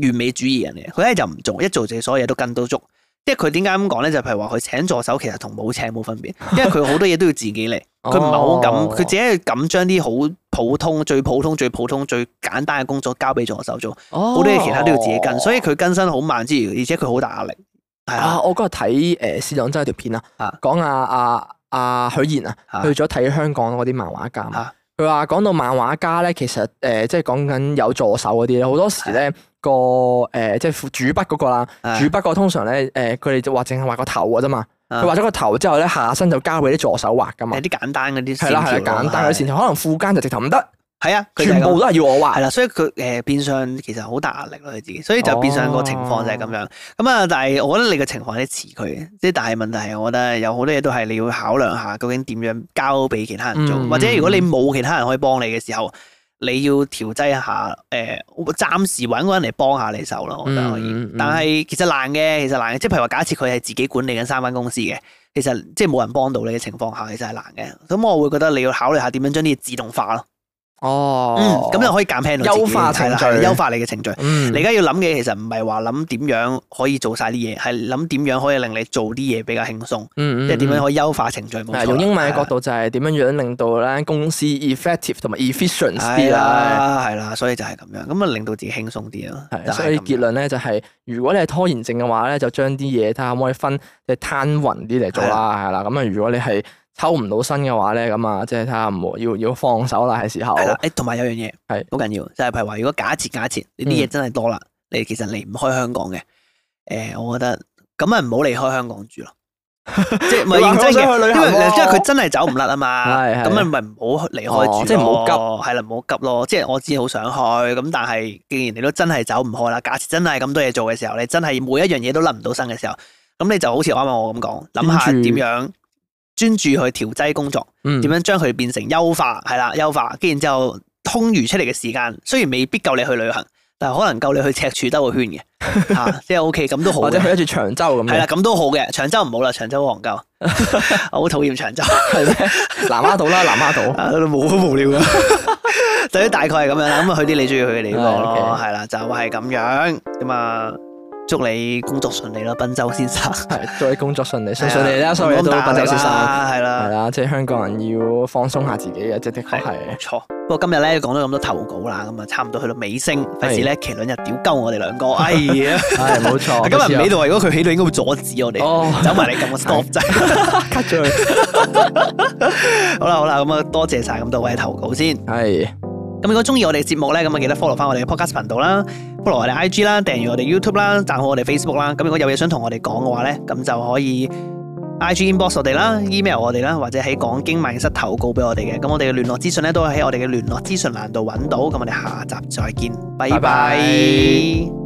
Speaker 2: 完美主義人嚟嘅，佢咧就唔做，一做就所有嘢都跟到足。即係佢點解咁講咧？就譬如話佢請助手其實同冇請冇 分別，因為佢好多嘢都要自己嚟，佢唔
Speaker 3: 哦
Speaker 2: 係好敢，佢自己係敢將啲好普通、最普通、最普通、最簡單嘅工作交俾助手做，
Speaker 3: 好
Speaker 2: 好多嘢其他都要自己跟，所以佢更新好慢之餘，而且佢好大壓力。係啊
Speaker 3: 啊，，我嗰日睇誒試當真有條片
Speaker 2: 啊
Speaker 3: 啊，講阿阿阿許賢啊，
Speaker 2: 啊
Speaker 3: 去咗睇香港嗰啲漫畫家嘛
Speaker 2: 啊。
Speaker 3: 佢話講到漫畫家咧，其實誒即係講緊有助手嗰啲咧，好多時咧個誒即係主筆嗰個啦，
Speaker 2: 啊
Speaker 3: 主筆個通常咧誒佢哋就話淨係畫個頭嘅啫嘛，
Speaker 2: 啊
Speaker 3: 佢畫咗個頭之後咧下身就交俾啲助手畫噶嘛
Speaker 2: 係，啲簡單嗰啲
Speaker 3: 係啦係啦簡單嗰啲線條，可能副間就直頭唔得，
Speaker 2: 係啊，佢就係
Speaker 3: 全
Speaker 2: 咁
Speaker 3: 部都係要我畫
Speaker 2: 係。啦，所以佢誒變相其實好大壓力咯，佢自己，所以就變相個情況就係咁
Speaker 3: 哦
Speaker 2: 樣。咁啊、但係我覺得你嘅情況有啲似佢嘅，即係但係問題係，我覺得有好多嘢都係你要考量下，究竟點樣交俾其他人做，
Speaker 3: 嗯
Speaker 2: 或者如果你冇其他人可以幫你嘅時候，你要調劑一下誒、暫時揾個人嚟幫下你手咯，我覺得可以。
Speaker 3: 嗯嗯嗯
Speaker 2: 但係其實難嘅，其實難嘅，即係譬如話假設佢係自己管理緊三間公司嘅。其實即係冇人幫到你嘅情況下，其實係難嘅。咁我會覺得你要考慮下點樣將啲嘢自動化咯。嗯
Speaker 3: 哦，，
Speaker 2: 咁就可以減輕到自己
Speaker 3: 優化程序
Speaker 2: 係啦係啦優化你嘅程序。
Speaker 3: 嗯
Speaker 2: 你而家要諗嘅其實唔係話諗點樣可以做晒啲嘢，係諗點樣可以令你做啲嘢比較輕鬆，
Speaker 3: 嗯嗯
Speaker 2: 即係點
Speaker 3: 嗯
Speaker 2: 樣可以優化程序。冇錯啦
Speaker 3: 係用英文嘅角，
Speaker 2: 係
Speaker 3: 度就係點樣樣令到咧公司 effective 同埋 efficient
Speaker 2: 啦
Speaker 3: 啲
Speaker 2: 係
Speaker 3: 啦。
Speaker 2: 啦，係啦，所以就係咁樣，咁啊令到自己輕鬆啲咯。
Speaker 3: 係，
Speaker 2: 就係
Speaker 3: 所以
Speaker 2: 咁樣
Speaker 3: 結論咧就係，如果你係拖延症嘅話咧，就將啲嘢睇下可唔可以分即係攤勻啲嚟做啦，係啦。咁啊，如果你係抽唔到身嘅話咧，咁啊，即係睇下唔好要要放手啦，係時候。
Speaker 2: 係啦，誒同埋有樣嘢
Speaker 3: 係嗯
Speaker 2: 好緊要，就係譬如話，如果假設假設你啲嘢真係多啦，你其實離唔開香港嘅，誒，我覺得咁啊唔好離開香港住 咯，即係唔係
Speaker 3: 你話
Speaker 2: 認真
Speaker 3: 我想去
Speaker 2: 嘅，
Speaker 3: 旅
Speaker 2: 因
Speaker 3: 行
Speaker 2: 為因為
Speaker 3: 喎
Speaker 2: 佢真係走唔甩啊嘛，
Speaker 3: 係係
Speaker 2: 咁啊咪唔好離開住咯，
Speaker 3: 哦即係唔好急
Speaker 2: 係啦，唔好急咯，即係我知好想去，咁但係既然你都真係走唔開啦，假設真係咁多嘢做嘅時候，你真係每一樣嘢都諗唔到身嘅時候，咁你就好似啱啱我咁講，諗下
Speaker 3: 專注
Speaker 2: 點樣專注去調劑工作。
Speaker 3: 嗯
Speaker 2: 點樣將佢變成優化，係啦，優化，跟住然之後通餘出嚟嘅時間，雖然未必夠你去旅行，但係可能夠你去赤柱兜個 圈嘅，吓、即係 O K，咁都好
Speaker 3: 或者去
Speaker 2: 嘅，
Speaker 3: 一住長洲咁
Speaker 2: 係啦，
Speaker 3: 樣，
Speaker 2: 咁都好嘅。長洲唔好啦，長洲好戇 鳩，我好討厭長洲，
Speaker 3: 係咩？南丫島啦，南丫島。
Speaker 2: 啊無好無聊噶。 就啲大概係咁樣啦，咁啊去啲你中意去嘅地方咯，
Speaker 3: 係，OK
Speaker 2: 係啦，就係咁樣咁啊，祝你工作順利啦，賓州先生，
Speaker 3: 係，啊祝你工作順利，順順利啦，sorry
Speaker 2: 咁
Speaker 3: 都
Speaker 2: 大
Speaker 3: 笨手先生。
Speaker 2: 係啦
Speaker 3: 係。啦，即係香港人要放鬆下自己嘅，即係的確係。
Speaker 2: 冇錯。不過今日咧講咗咁多投稿啦，咁啊差唔多去到尾聲，費事咧麒麟日屌鳩我哋兩個。哎呀，
Speaker 3: 係冇 錯，
Speaker 2: 今日唔
Speaker 3: 俾
Speaker 2: 喺度啊，如果佢喺度應該會阻止我哋。
Speaker 3: 哦
Speaker 2: 走 埋嚟撳個 stop 掣。
Speaker 3: cut 咗佢。
Speaker 2: 好啦好啦，咁啊多謝晒咁多位投稿先。
Speaker 3: 係，
Speaker 2: 咁如果中意我哋節目咧，咁啊記得 follow 翻我哋嘅 podcast 頻道啦，follow 我哋 IG 啦，訂閱我哋 YouTube 啦，讚好我哋 Facebook 啦。咁如果有嘢想同我哋講嘅話咧，咁就可以 IG inbox 我哋啦，email 我哋啦，或者喺講經萬應室投稿俾我哋嘅。咁我哋嘅聯絡資訊咧都喺我哋嘅聯絡資訊欄度揾到。咁我哋下集再見，拜
Speaker 3: 拜
Speaker 2: 拜
Speaker 3: 拜